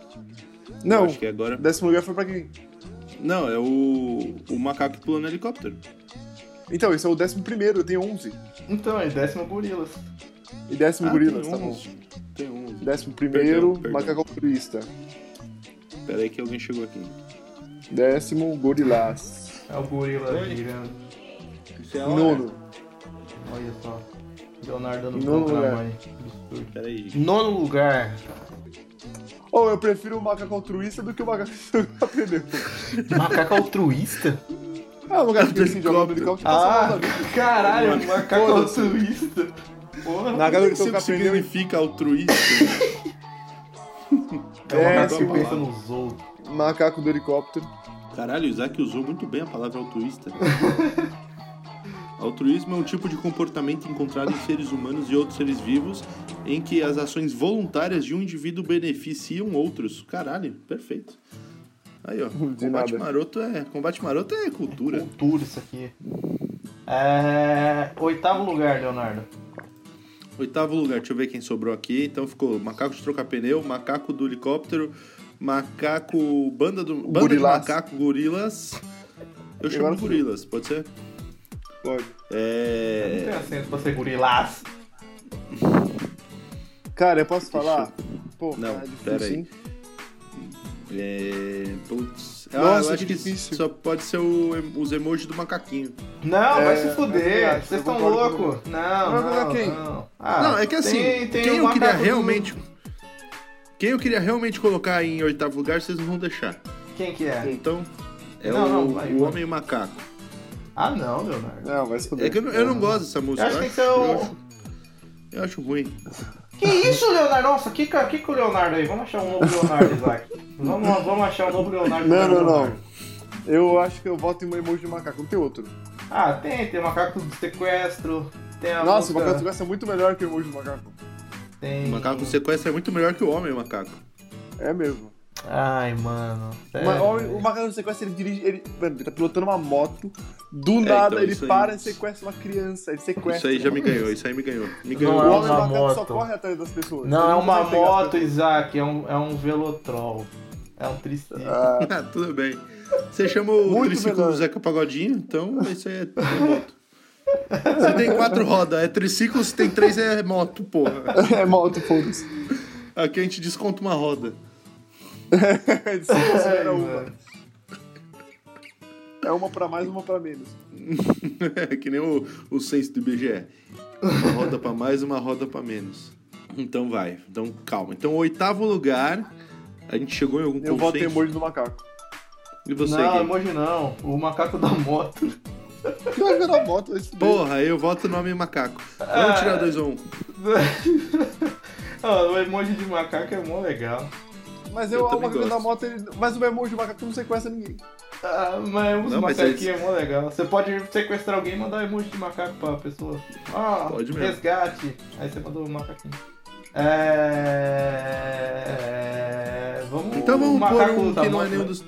Speaker 1: Não,
Speaker 2: Acho que agora.
Speaker 1: décimo lugar foi pra quem?
Speaker 2: Não, é o, o macaco que pulou no helicóptero.
Speaker 1: Então, esse é o décimo primeiro, eu tenho 11.
Speaker 3: Então, é décimo gorilas.
Speaker 1: E décimo
Speaker 2: Ah,
Speaker 1: gorila,
Speaker 2: tem
Speaker 1: tá bom.
Speaker 2: 11, Tem 11.
Speaker 1: Décimo primeiro,
Speaker 2: Perdão, perdão.
Speaker 1: macaco altruísta.
Speaker 2: Pera aí que alguém chegou aqui.
Speaker 1: Décimo, gorilás.
Speaker 3: É o gorila
Speaker 2: Oi.
Speaker 3: girando.
Speaker 1: Nono.
Speaker 3: Olha só. Leonardo dando
Speaker 1: Nono
Speaker 3: pau pra
Speaker 1: lugar.
Speaker 3: mãe. Absurdo.
Speaker 2: Pera aí.
Speaker 3: Nono lugar.
Speaker 1: Ou eu prefiro o macaco altruísta do que o macaco que aprendeu.
Speaker 3: Macaco altruísta?
Speaker 1: Ah, o macaco altruísta que joga no helicóptero passa mal
Speaker 3: Ah,
Speaker 1: da vida.
Speaker 3: caralho, macaco
Speaker 1: Foda-se.
Speaker 3: altruísta. Porra.
Speaker 1: Na
Speaker 2: Não
Speaker 1: galera que
Speaker 2: sei o
Speaker 1: toca
Speaker 2: que
Speaker 1: aprendeu em
Speaker 2: significa altruísta.
Speaker 1: É,
Speaker 3: Macaco
Speaker 1: esse
Speaker 2: uma
Speaker 3: pensa
Speaker 2: palavra.
Speaker 3: nos outros.
Speaker 1: macaco do helicóptero.
Speaker 2: Caralho, o Isaac usou muito bem a palavra altruísta. Altruísmo é um tipo de comportamento encontrado em seres humanos e outros seres vivos em que as ações voluntárias de um indivíduo beneficiam outros. Caralho, perfeito. Aí, ó. combate
Speaker 1: nada.
Speaker 2: maroto é, combate maroto é cultura.
Speaker 3: Cultura isso aqui. É, Oitavo lugar, Leonardo.
Speaker 2: Oitavo lugar, deixa eu ver quem sobrou aqui. Então ficou macaco de troca-pneu, macaco do helicóptero, macaco. Banda do. Banda
Speaker 1: Gorilas.
Speaker 2: de macaco, gorilas. Eu chamo
Speaker 1: Agora
Speaker 2: de gorilas, pode ser?
Speaker 1: Pode.
Speaker 3: Não
Speaker 2: É.
Speaker 3: tem acento pra ser gorilás.
Speaker 1: Cara, eu posso falar? Pô,
Speaker 2: Não,
Speaker 1: é difícil,
Speaker 2: pera aí.
Speaker 1: hein?
Speaker 2: é putz. Ah,
Speaker 1: Nossa,
Speaker 2: eu acho
Speaker 1: que
Speaker 2: que,
Speaker 1: difícil.
Speaker 2: só pode ser o em- os emojis do macaquinho.
Speaker 3: Não,
Speaker 1: É,
Speaker 3: vai se
Speaker 1: é
Speaker 3: fuder.
Speaker 1: verdade,
Speaker 3: Vocês
Speaker 1: eu
Speaker 3: estão
Speaker 1: concordo com
Speaker 3: loucos. Não,
Speaker 1: Mas
Speaker 3: não,
Speaker 1: colocar quem?
Speaker 3: não. Ah,
Speaker 2: Não, é que assim,
Speaker 3: tem- tem
Speaker 2: quem
Speaker 3: o
Speaker 2: eu queria
Speaker 3: macaco do-
Speaker 2: realmente. Quem eu queria realmente colocar em oitavo lugar, vocês não vão deixar.
Speaker 3: Quem que é?
Speaker 2: Então, é
Speaker 3: Não,
Speaker 2: o,
Speaker 3: não, vai,
Speaker 2: o
Speaker 3: vai.
Speaker 2: Homem Macaco.
Speaker 3: Ah, não, Leonardo.
Speaker 1: Não, vai se fuder.
Speaker 2: É que eu, não- eu não gosto dessa música.
Speaker 3: Eu acho que tem que ser
Speaker 2: eu
Speaker 3: o-
Speaker 2: acho- eu acho ruim.
Speaker 3: Que isso, Leonardo? Nossa, que que que o Leonardo aí. Vamos achar um novo Leonardo, Isaac. Vamos, vamos achar um novo Leonardo.
Speaker 1: Não, não,
Speaker 3: Leonardo.
Speaker 1: não. Eu acho que eu voto em um emoji de macaco, não tem outro.
Speaker 3: Ah, tem, tem o macaco do sequestro. Tem a
Speaker 1: Nossa, o
Speaker 3: música-
Speaker 1: macaco do Graça é muito melhor que o emoji do macaco.
Speaker 3: Tem...
Speaker 2: O macaco sequestra é muito melhor que o Homem Macaco.
Speaker 1: É mesmo.
Speaker 3: Ai, mano.
Speaker 2: É.
Speaker 3: sério,
Speaker 1: Mas olha,
Speaker 3: velho.
Speaker 1: o macaco do sequestra, ele dirige. Ele, mano, ele tá pilotando uma moto, do nada
Speaker 2: então,
Speaker 1: ele
Speaker 2: isso aí-
Speaker 1: para e sequestra uma criança. Ele sequestra.
Speaker 2: Isso aí já me ganhou, isso aí me ganhou. Me
Speaker 1: O
Speaker 2: ganhou.
Speaker 3: Não é
Speaker 1: homem
Speaker 3: uma
Speaker 1: macaco só
Speaker 3: moto.
Speaker 1: corre atrás das pessoas.
Speaker 3: Não,
Speaker 1: Ele
Speaker 3: é
Speaker 1: nunca
Speaker 3: uma
Speaker 1: vai pegar as
Speaker 3: moto, Isaac. É um, é um velotrol. É um triciclo.
Speaker 2: Ah, tudo bem. Você chamou o
Speaker 1: Muito
Speaker 2: triciclo
Speaker 1: melhor.
Speaker 2: do Zeca Pagodinho, então isso aí é é moto. Você tem quatro rodas, é triciclo, se tem três é moto, porra.
Speaker 1: pessoas. é moto, foda-se.
Speaker 2: Aqui a gente desconta uma roda.
Speaker 1: Ele só considera
Speaker 3: Ai,
Speaker 1: uma.
Speaker 3: mano.
Speaker 1: É uma pra mais, uma pra menos.
Speaker 2: É que nem o, o censo do IBGE. Uma roda pra mais, uma roda pra menos. Então vai, então calma. Então, oitavo lugar, a gente chegou em algum
Speaker 1: Eu voto em
Speaker 2: consenso.
Speaker 1: emoji do macaco.
Speaker 2: E você,
Speaker 3: não,
Speaker 2: Gui?
Speaker 3: emoji não. O macaco da moto.
Speaker 1: Eu acho que era uma moto, mas tudo bem.
Speaker 2: Porra, eu voto no homem macaco. Vamos tirar dois ou um.
Speaker 3: Ah, o emoji de macaco é mó legal.
Speaker 1: Mas
Speaker 2: Eu
Speaker 1: eu, o
Speaker 2: também
Speaker 1: macaco
Speaker 2: gosto.
Speaker 1: da moto, ele, mas o emoji do macaco não sequestra ninguém.
Speaker 3: Ah, mas os
Speaker 2: Não, mas
Speaker 3: macaquinhos é mó legal. Você pode sequestrar alguém e mandar um emoji de macaco pra pessoa. Ah,
Speaker 2: Pode mesmo.
Speaker 3: resgate. Aí você mandou o macaquinho. É... Vamos...
Speaker 2: Então
Speaker 3: o
Speaker 2: vamos pôr
Speaker 3: macaco
Speaker 2: um
Speaker 3: da
Speaker 2: que não é
Speaker 3: moto,
Speaker 2: nenhum
Speaker 3: né?
Speaker 2: dos.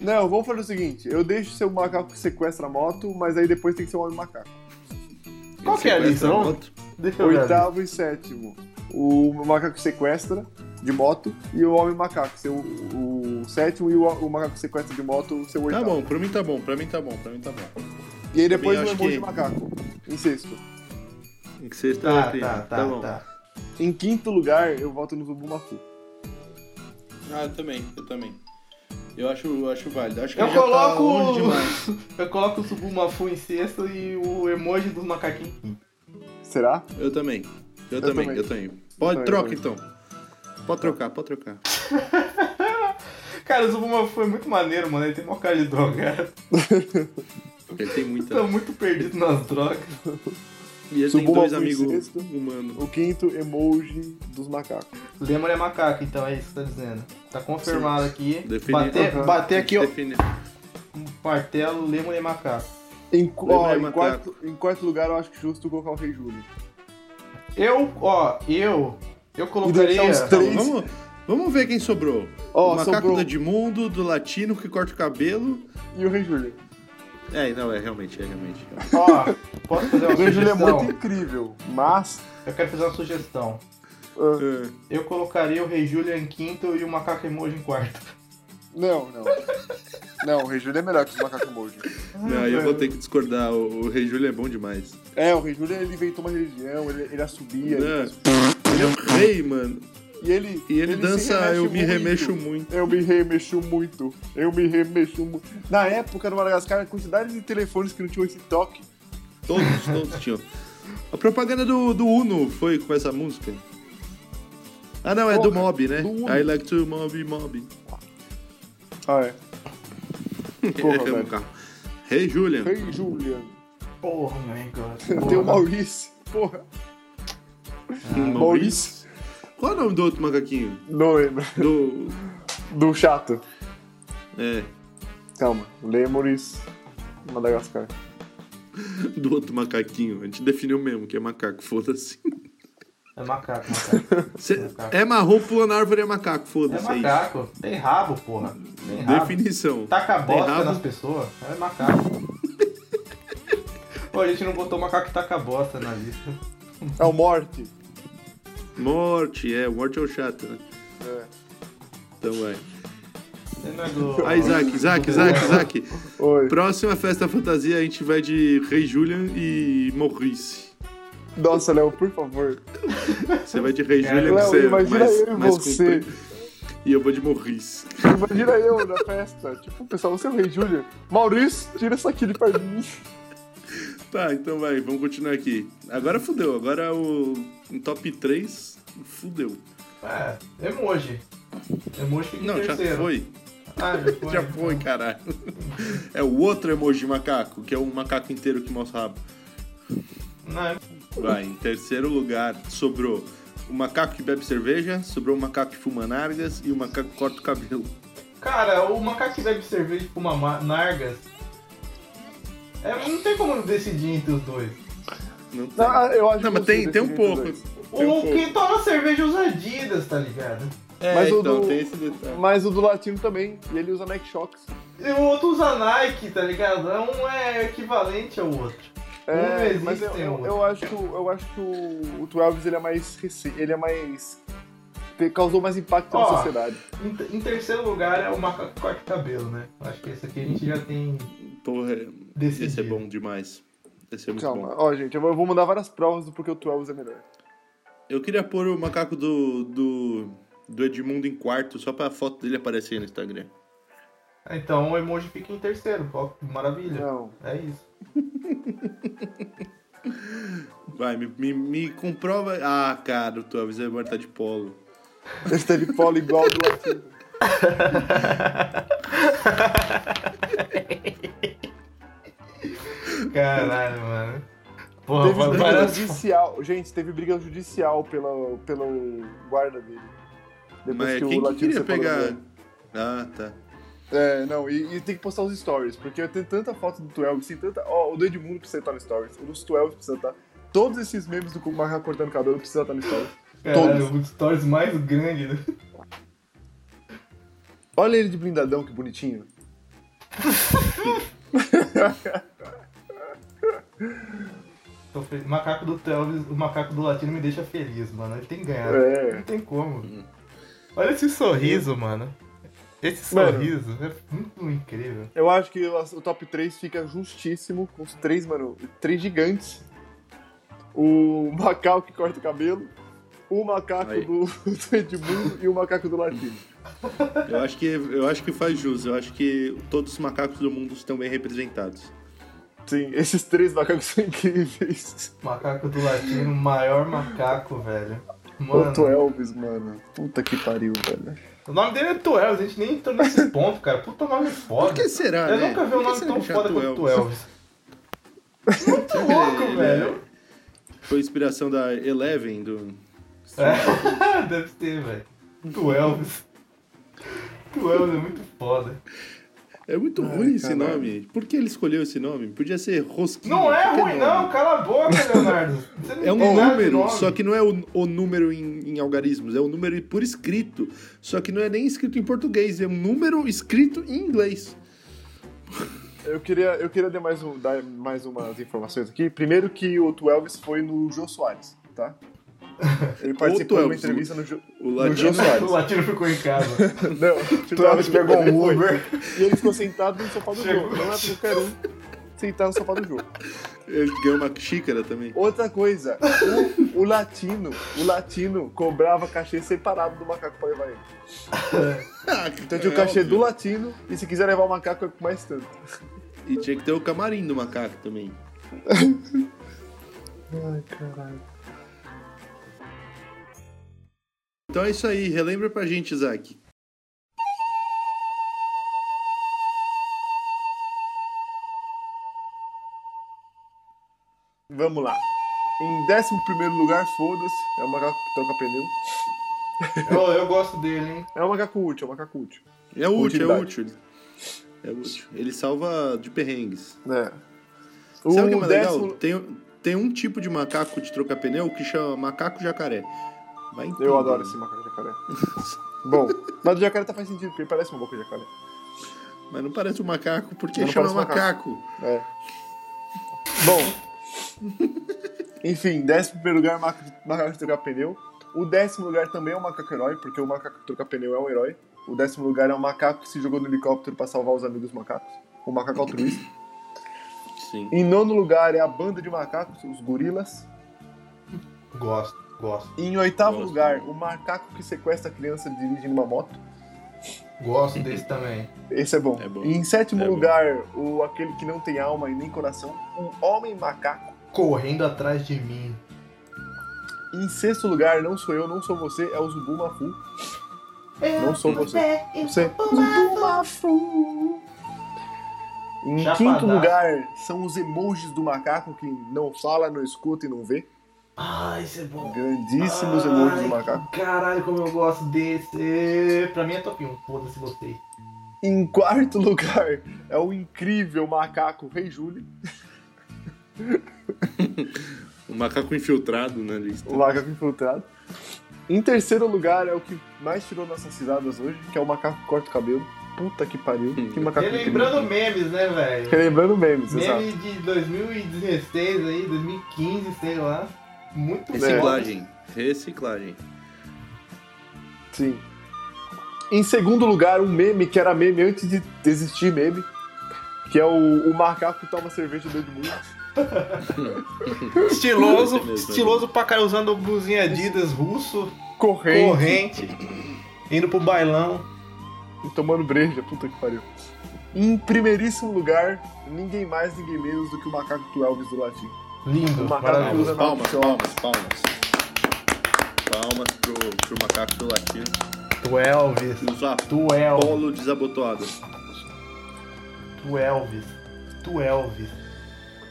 Speaker 1: Não, vamos fazer o seguinte: eu deixo ser o macaco que sequestra a moto, mas aí depois tem que ser o homem macaco.
Speaker 3: Qual que é a lista?
Speaker 2: Sequestra
Speaker 3: Vamos-
Speaker 2: moto.
Speaker 3: Deixa eu ver.
Speaker 1: Oitavo e sétimo: o macaco que sequestra de moto e o homem macaco, ser o, o sétimo e o, o macaco que sequestra de moto, ser o
Speaker 2: Tá
Speaker 1: oitavo.
Speaker 2: bom, pra mim tá bom, pra mim tá bom, pra mim tá bom.
Speaker 1: E aí depois o
Speaker 2: Também acho
Speaker 1: emoji
Speaker 2: que-
Speaker 1: do macaco, em sexto.
Speaker 2: Em que sexta
Speaker 3: Tá,
Speaker 2: tem.
Speaker 3: tá, tá,
Speaker 2: bom.
Speaker 3: tá.
Speaker 1: Em quinto lugar, eu voto no Zubumafu.
Speaker 2: Ah, eu também, eu também. Eu acho, eu acho válido. Acho que
Speaker 3: Eu
Speaker 2: ele já tá
Speaker 3: coloco-
Speaker 2: longe demais.
Speaker 3: Eu coloco o Subumafu em sexto e o emoji dos macaquinhos.
Speaker 1: Será?
Speaker 2: Eu também. Eu,
Speaker 1: Eu
Speaker 2: também,
Speaker 1: também.
Speaker 2: eu tenho. Pode,
Speaker 1: Eu
Speaker 2: troca
Speaker 1: também.
Speaker 2: então. Pode trocar, pode trocar.
Speaker 3: Cara, o Zubumafu é muito maneiro, mano. Ele tem mó cara de drogado.
Speaker 2: Ele tem muita.
Speaker 3: Tá muito perdido nas drogas.
Speaker 2: E ele tem
Speaker 1: Subumafu
Speaker 2: dois
Speaker 1: em
Speaker 2: amigos
Speaker 1: sexto.
Speaker 2: humanos.
Speaker 1: O quinto, emoji dos macacos.
Speaker 3: Lemur é macaco, então é isso que tá dizendo. Tá confirmado aqui.
Speaker 2: Defini-
Speaker 3: Bater,
Speaker 1: Aham.
Speaker 3: bater aqui, ó.
Speaker 2: Define-
Speaker 3: Um martelo, lemur é macaco.
Speaker 1: Em, qu-
Speaker 2: Lembra
Speaker 1: ó,
Speaker 2: aí,
Speaker 1: em,
Speaker 2: é macaco?
Speaker 1: quarto, em quarto lugar, eu acho justo colocar o Rei Júlio.
Speaker 3: Eu, ó, eu. Eu colocaria.
Speaker 1: deixar os três-
Speaker 2: Então, vamos, vamos ver quem sobrou.
Speaker 1: Ó,
Speaker 2: o macaco
Speaker 1: sobrou-
Speaker 2: do Edmundo, do latino que corta o cabelo.
Speaker 1: E o Rei Júlio?
Speaker 2: É, não, é realmente, é realmente.
Speaker 3: Ó, posso fazer
Speaker 1: O
Speaker 3: uma
Speaker 1: Rei Júlio é
Speaker 3: sugestão?
Speaker 1: muito incrível, mas.
Speaker 3: Eu quero fazer uma sugestão.
Speaker 2: É.
Speaker 3: Eu colocaria o Rei Júlio em quinto e o macaco emoji em quarto.
Speaker 1: Não, não. Não, o Rei Júlio é melhor que os macacos emoji.
Speaker 2: Não, eu vou ter que discordar. O, o Rei Júlio é bom demais.
Speaker 1: É, o Rei Júlio ele inventou uma religião, ele, ele assobia.
Speaker 2: Não,
Speaker 1: Ele,
Speaker 2: ele é um rei, mano.
Speaker 1: e ele.
Speaker 2: É. E ele,
Speaker 1: se
Speaker 2: dança
Speaker 1: remexe
Speaker 2: Eu Me
Speaker 1: muito.
Speaker 2: Remexo Muito.
Speaker 1: Eu me remexo muito. Eu me remexo muito. Na época, no Madagascar, a quantidade de telefones que não tinham esse toque.
Speaker 2: Todos, todos tinham. A propaganda do, do Uno foi com essa música. Ah, não, é do
Speaker 1: Porra,
Speaker 2: Mob, né?
Speaker 1: do Uno.
Speaker 2: I like to Mob, Mob.
Speaker 1: Ah, é. Porra,
Speaker 2: É,
Speaker 1: velho.
Speaker 2: carro. Rei Julian.
Speaker 1: Rei Julian.
Speaker 3: Porra, meu God.
Speaker 1: Tem um o
Speaker 3: Porra.
Speaker 1: Maurício. Porra.
Speaker 2: Ah, Maurício. Qual é o nome do outro macaquinho?
Speaker 1: Não lembro.
Speaker 2: Do.
Speaker 1: Do chato.
Speaker 2: É.
Speaker 1: Calma. Lemures. Madagascar.
Speaker 2: Do outro macaquinho. A gente definiu mesmo que é macaco, foda-se.
Speaker 3: É macaco, macaco.
Speaker 2: Cê-
Speaker 3: Macaco.
Speaker 2: é marrom pulando árvore é macaco,
Speaker 3: É
Speaker 2: foda-se. É isso.
Speaker 3: macaco. Tá. Tem rabo, porra. Tem rabo.
Speaker 2: Definição.
Speaker 3: Taca a
Speaker 2: Tem
Speaker 3: bosta
Speaker 2: rabo.
Speaker 3: nas pessoas. É macaco. Pô, a gente não botou macaco que taca a bosta na lista.
Speaker 1: É o Morte.
Speaker 2: Morte, é. Morte é o chato, né?
Speaker 1: É.
Speaker 2: Então vai.
Speaker 3: Você não é do.
Speaker 2: Aí, Isaac, Isaac, Isaac, Isaac.
Speaker 1: Oi.
Speaker 2: Próxima festa fantasia a gente vai de Rei Julian e Maurice.
Speaker 1: Nossa, Léo, por favor.
Speaker 2: Você vai de Rei Julian
Speaker 1: Léo,
Speaker 2: você é
Speaker 1: imagina
Speaker 2: mais,
Speaker 1: eu e
Speaker 2: mais
Speaker 1: você.
Speaker 2: comprido. E eu vou de Maurice.
Speaker 1: Imagina eu na festa. Tipo, pessoal, você é o rei Júlia. Maurício, tira isso aqui de perto de mim.
Speaker 2: Tá, então vai, vamos continuar aqui. Agora fudeu, agora o um top 3 fudeu.
Speaker 3: É, emoji. Emoji fica em
Speaker 2: Não, já
Speaker 3: Um terceiro.
Speaker 2: foi.
Speaker 3: Ah, já foi.
Speaker 2: Já foi, caralho. É o outro emoji de macaco, que é um macaco inteiro que mostra o rabo.
Speaker 3: Não, é-
Speaker 2: Vai, em terceiro lugar sobrou o macaco que bebe cerveja, sobrou o macaco que fuma nargas e o macaco que corta o cabelo.
Speaker 3: Cara, o macaco que bebe cerveja e fuma ma- nargas. É, não tem como decidir entre os dois.
Speaker 2: Não tem.
Speaker 1: Ah, eu acho
Speaker 2: Não,
Speaker 1: que é
Speaker 2: mas
Speaker 1: você
Speaker 2: tem, tem um
Speaker 1: definiu
Speaker 2: pouco.
Speaker 1: dois.
Speaker 2: Tem um
Speaker 3: o
Speaker 2: pouco.
Speaker 3: que toma cerveja usa Adidas, tá ligado?
Speaker 2: É,
Speaker 1: Mas o
Speaker 2: então,
Speaker 1: do-
Speaker 2: tem esse
Speaker 3: É.
Speaker 2: detalhe.
Speaker 1: Mas o do latino também. E ele usa Nike Shocks.
Speaker 3: E o outro usa Nike, tá ligado? É Um é equivalente ao outro. Um
Speaker 1: É,
Speaker 3: existe,
Speaker 1: mas eu,
Speaker 3: tem
Speaker 1: eu,
Speaker 3: outro.
Speaker 1: eu acho que, o- eu acho que o, o Twelves ele é mais recente, ele é mais te- causou mais impacto
Speaker 3: Ó.
Speaker 1: na sociedade.
Speaker 3: Em, te- em terceiro lugar é o macaco que corta o cabelo, né? Acho que esse aqui a gente já tem
Speaker 2: Porra,
Speaker 3: decidido.
Speaker 2: esse é bom demais. Esse é muito bom.
Speaker 1: Calma, ó gente, eu vou eu vou mandar várias provas do porquê o Twelves é melhor.
Speaker 2: Eu queria pôr o macaco do, do, do Edmundo em quarto, só pra foto dele aparecer no Instagram.
Speaker 3: Então o emoji fica em terceiro, ó, que maravilha.
Speaker 1: Não.
Speaker 3: É isso.
Speaker 2: Vai, me, me, me comprova. Ah, cara, o Tuavis é morta de polo.
Speaker 1: Esse teve polo igual do latino.
Speaker 3: Caralho, mano. Porra,
Speaker 1: Teve
Speaker 3: vai-
Speaker 1: briga
Speaker 3: várias-
Speaker 1: judicial. Gente, teve briga judicial pela, pelo guarda dele. Depois
Speaker 2: Mas
Speaker 1: que
Speaker 2: quem
Speaker 1: o
Speaker 2: que
Speaker 1: latino
Speaker 2: queria
Speaker 1: separou
Speaker 2: pegar?
Speaker 1: dele.
Speaker 2: Ah, tá.
Speaker 1: É, não, e, e tem que postar os stories, porque tem tanta foto do Twelves, tem tanta. Ó, o do Edmundo precisa estar no stories, o dos Twelves precisa estar. Todos esses memes do Marra cortando cabelo precisa estar no stories.
Speaker 3: Caralho,
Speaker 1: Todos.
Speaker 3: o stories mais grande, né?
Speaker 1: Olha ele de blindadão, que bonitinho.
Speaker 3: Tô fe- Macaco do Telvis, o macaco do latino me deixa feliz, mano. Ele tem que ganhar.
Speaker 1: É.
Speaker 3: Não tem
Speaker 2: Hum.
Speaker 3: como. Olha esse sorriso, mano. Esse
Speaker 1: Mano.
Speaker 3: sorriso é muito incrível.
Speaker 1: Eu acho que o o top 3 fica justíssimo com os três, mano, três gigantes. O macaco que corta o cabelo, o macaco
Speaker 2: Aí.
Speaker 1: do, do Edmundo e o macaco do Latino.
Speaker 2: Eu acho, que, eu acho que faz jus. Eu acho que todos os macacos do mundo estão bem representados.
Speaker 1: Sim, esses três macacos são incríveis.
Speaker 3: Macaco do latino, maior macaco, velho.
Speaker 1: O
Speaker 3: Mano,
Speaker 1: Twelves, mano. Puta que pariu, velho.
Speaker 3: o nome dele é Tuelvis, a gente nem entrou nesse ponto, cara. Puta nome foda.
Speaker 2: Por que será,
Speaker 3: Eu
Speaker 2: né?
Speaker 3: nunca vi
Speaker 2: Por
Speaker 3: um
Speaker 2: que
Speaker 3: nome
Speaker 2: será
Speaker 3: tão
Speaker 2: que
Speaker 3: foda
Speaker 2: Chato
Speaker 3: quanto
Speaker 2: Elvis?
Speaker 3: Tuelvis. Muito
Speaker 2: que ele-
Speaker 3: louco,
Speaker 2: ele
Speaker 3: velho.
Speaker 2: Foi inspiração da Eleven, do...
Speaker 3: É, deve ser, velho. Tuelvis. Tuelvis é muito foda.
Speaker 2: É muito ruim esse nome. Por que ele escolheu esse nome? Podia ser Rosquinha.
Speaker 3: Não é
Speaker 2: qualquer
Speaker 3: ruim,
Speaker 2: nome.
Speaker 3: não. Cala a boca, Leonardo. Você não
Speaker 2: É um
Speaker 3: tem nada de
Speaker 2: número,
Speaker 3: nome.
Speaker 2: só que não é o, o número em, em algarismos, é o número por escrito. Só que não é nem escrito em português, é um número escrito em inglês.
Speaker 1: Eu queria, eu queria dar, mais um, dar mais umas informações aqui. Primeiro que o Twelves foi no Jô Soares, tá? Ele participou de uma
Speaker 2: Tuelves,
Speaker 1: entrevista no Jô...
Speaker 2: O
Speaker 1: No Jô
Speaker 2: latino.
Speaker 1: Soares.
Speaker 3: O latino ficou em casa.
Speaker 1: Não, o Twelves pegou um Uber. E ele ficou sentado no sofá do
Speaker 3: Chegou.
Speaker 1: jogo. Não é qualquer um sentar no sofá do jogo.
Speaker 2: Ele ganhou uma xícara também.
Speaker 1: Outra coisa, o, o latino, o latino cobrava cachê separado do macaco pra levar ele. Então
Speaker 2: É,
Speaker 1: tinha o cachê do latino e se quiser levar o macaco é com mais tanto.
Speaker 2: E tinha que ter o camarim do macaco também.
Speaker 1: Ai, caralho.
Speaker 2: Então é isso aí, relembra pra gente, Isaac.
Speaker 1: Vamos lá. Em 11 lugar, foda-se. É o macaco que troca pneu.
Speaker 3: Eu, eu gosto dele, hein?
Speaker 1: É o macaco útil, é o macaco útil.
Speaker 2: É útil, é
Speaker 1: Utilidade.
Speaker 2: útil. É útil. Ele salva de perrengues.
Speaker 1: É.
Speaker 2: Sabe o que é mais
Speaker 1: décimo-
Speaker 2: legal? Tem, tem um tipo de macaco de trocar pneu que chama macaco jacaré. Vai né? entender.
Speaker 1: Eu adoro esse macaco jacaré. Bom, mas o jacaré tá faz sentido, porque ele parece uma boca de jacaré.
Speaker 2: Mas não parece um macaco, porque
Speaker 1: Não
Speaker 2: chama
Speaker 1: parece macaco.
Speaker 2: macaco.
Speaker 1: É. Bom. Enfim, décimo primeiro lugar, maca- macaco de trocar pneu. O décimo lugar também é um macaco herói, porque o macaco que troca pneu é um herói. O décimo lugar é um macaco que se jogou no helicóptero pra salvar os amigos macacos. O macaco altruísta.
Speaker 2: Sim.
Speaker 1: Em nono lugar é a banda de macacos, os gorilas.
Speaker 3: Gosto, gosto.
Speaker 1: E em oitavo
Speaker 2: Gosto.
Speaker 1: lugar, o macaco que sequestra a criança dirigindo uma moto.
Speaker 3: Gosto desse também.
Speaker 1: Esse é bom.
Speaker 2: É bom.
Speaker 1: E em sétimo
Speaker 2: É bom.
Speaker 1: lugar, o aquele que não tem alma e nem coração, o homem macaco.
Speaker 3: Correndo atrás de mim.
Speaker 1: Em sexto lugar, não sou eu, não sou você, é o Zubu Mafu. não sou você. Você. Zubu Mafu. Em
Speaker 3: Chapadá.
Speaker 1: quinto lugar, são os emojis do macaco que não fala, não escuta e não vê.
Speaker 3: Ai, isso é bom.
Speaker 1: Grandíssimos emojis do
Speaker 3: Ai,
Speaker 1: macaco.
Speaker 3: Caralho, como eu gosto desse. Pra mim é top 1, foda-se vocês.
Speaker 1: Em quarto lugar, é o incrível macaco Rei Júlio.
Speaker 2: Um macaco infiltrado né, na lista.
Speaker 1: O macaco infiltrado. Em terceiro lugar, é o que mais tirou nossas risadas hoje, que é o macaco que corta o cabelo. Puta que pariu. Que macaco
Speaker 3: Relembrando memes, né,
Speaker 1: incrível.
Speaker 3: velho?
Speaker 1: Relembrando memes, exato.
Speaker 3: Meme de 2016 aí, 2015, sei lá. Muito bom.
Speaker 2: Reciclagem. Reciclagem.
Speaker 1: Sim. Em segundo lugar, um meme que era meme antes de existir meme, que é o, o macaco que toma cerveja do Edmundo.
Speaker 3: Estiloso,
Speaker 2: Esse mesmo, né?
Speaker 3: estiloso pra caralho, usando blusinha Adidas russo,
Speaker 1: Correndo.
Speaker 3: corrente, indo pro bailão.
Speaker 1: E tomando breja, puta que pariu. Em primeiríssimo lugar, ninguém mais, ninguém menos do que o macaco do Elvis do Latim.
Speaker 3: Lindo,
Speaker 1: O macaco
Speaker 3: maravilhoso.
Speaker 1: usa-
Speaker 2: Palmas, palmas, palmas. Palmas pro, pro macaco do latino.
Speaker 3: Tu é Elvis,
Speaker 2: Nos apolo
Speaker 3: tu é Elvis,
Speaker 2: desabotoado.
Speaker 3: tu é Elvis, tu é Elvis,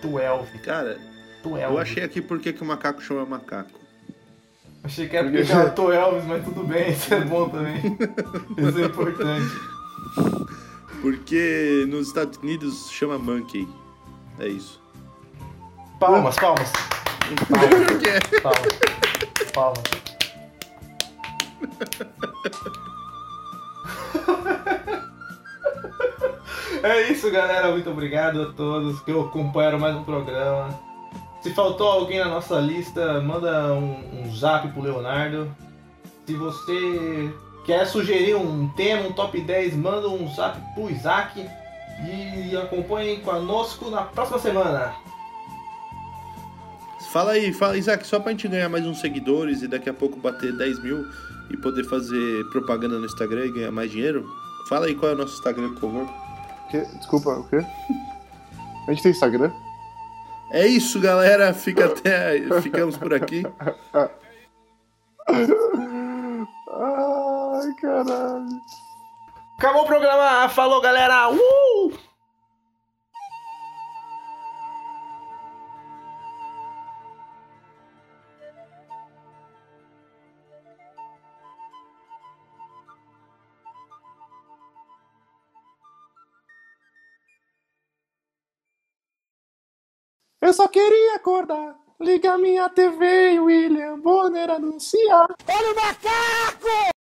Speaker 3: tu é Elvis,
Speaker 2: Cara,
Speaker 3: tu é
Speaker 1: É um
Speaker 3: Elvis.
Speaker 2: eu achei aqui por que que o macaco chama macaco.
Speaker 3: Achei que era porque já tô Elvis, mas tudo bem, isso é bom também. Isso é importante.
Speaker 2: Porque nos Estados Unidos chama monkey. É isso.
Speaker 3: Palmas, palmas. Palmas, palmas. palmas. É isso, galera. Muito obrigado a todos que acompanharam mais um programa. Se faltou alguém na nossa lista, manda um, um zap pro Leonardo. Se você quer sugerir um tema, um top 10, manda um zap pro Isaac. E acompanhem conosco na próxima semana.
Speaker 2: Fala aí, fala, Isaac, só pra gente ganhar mais uns seguidores e daqui a pouco bater 10 mil e poder fazer propaganda no Instagram e ganhar mais dinheiro. Fala aí qual é o nosso Instagram, por favor.
Speaker 1: Que- Desculpa, o quê? A gente tem Instagram?
Speaker 2: É isso, galera. Fica até. Ficamos por aqui.
Speaker 1: Ai, caralho.
Speaker 3: Acabou o programa. Falou, galera. Uh!
Speaker 1: Eu só queria acordar. Liga minha TV, William Bonner anuncia.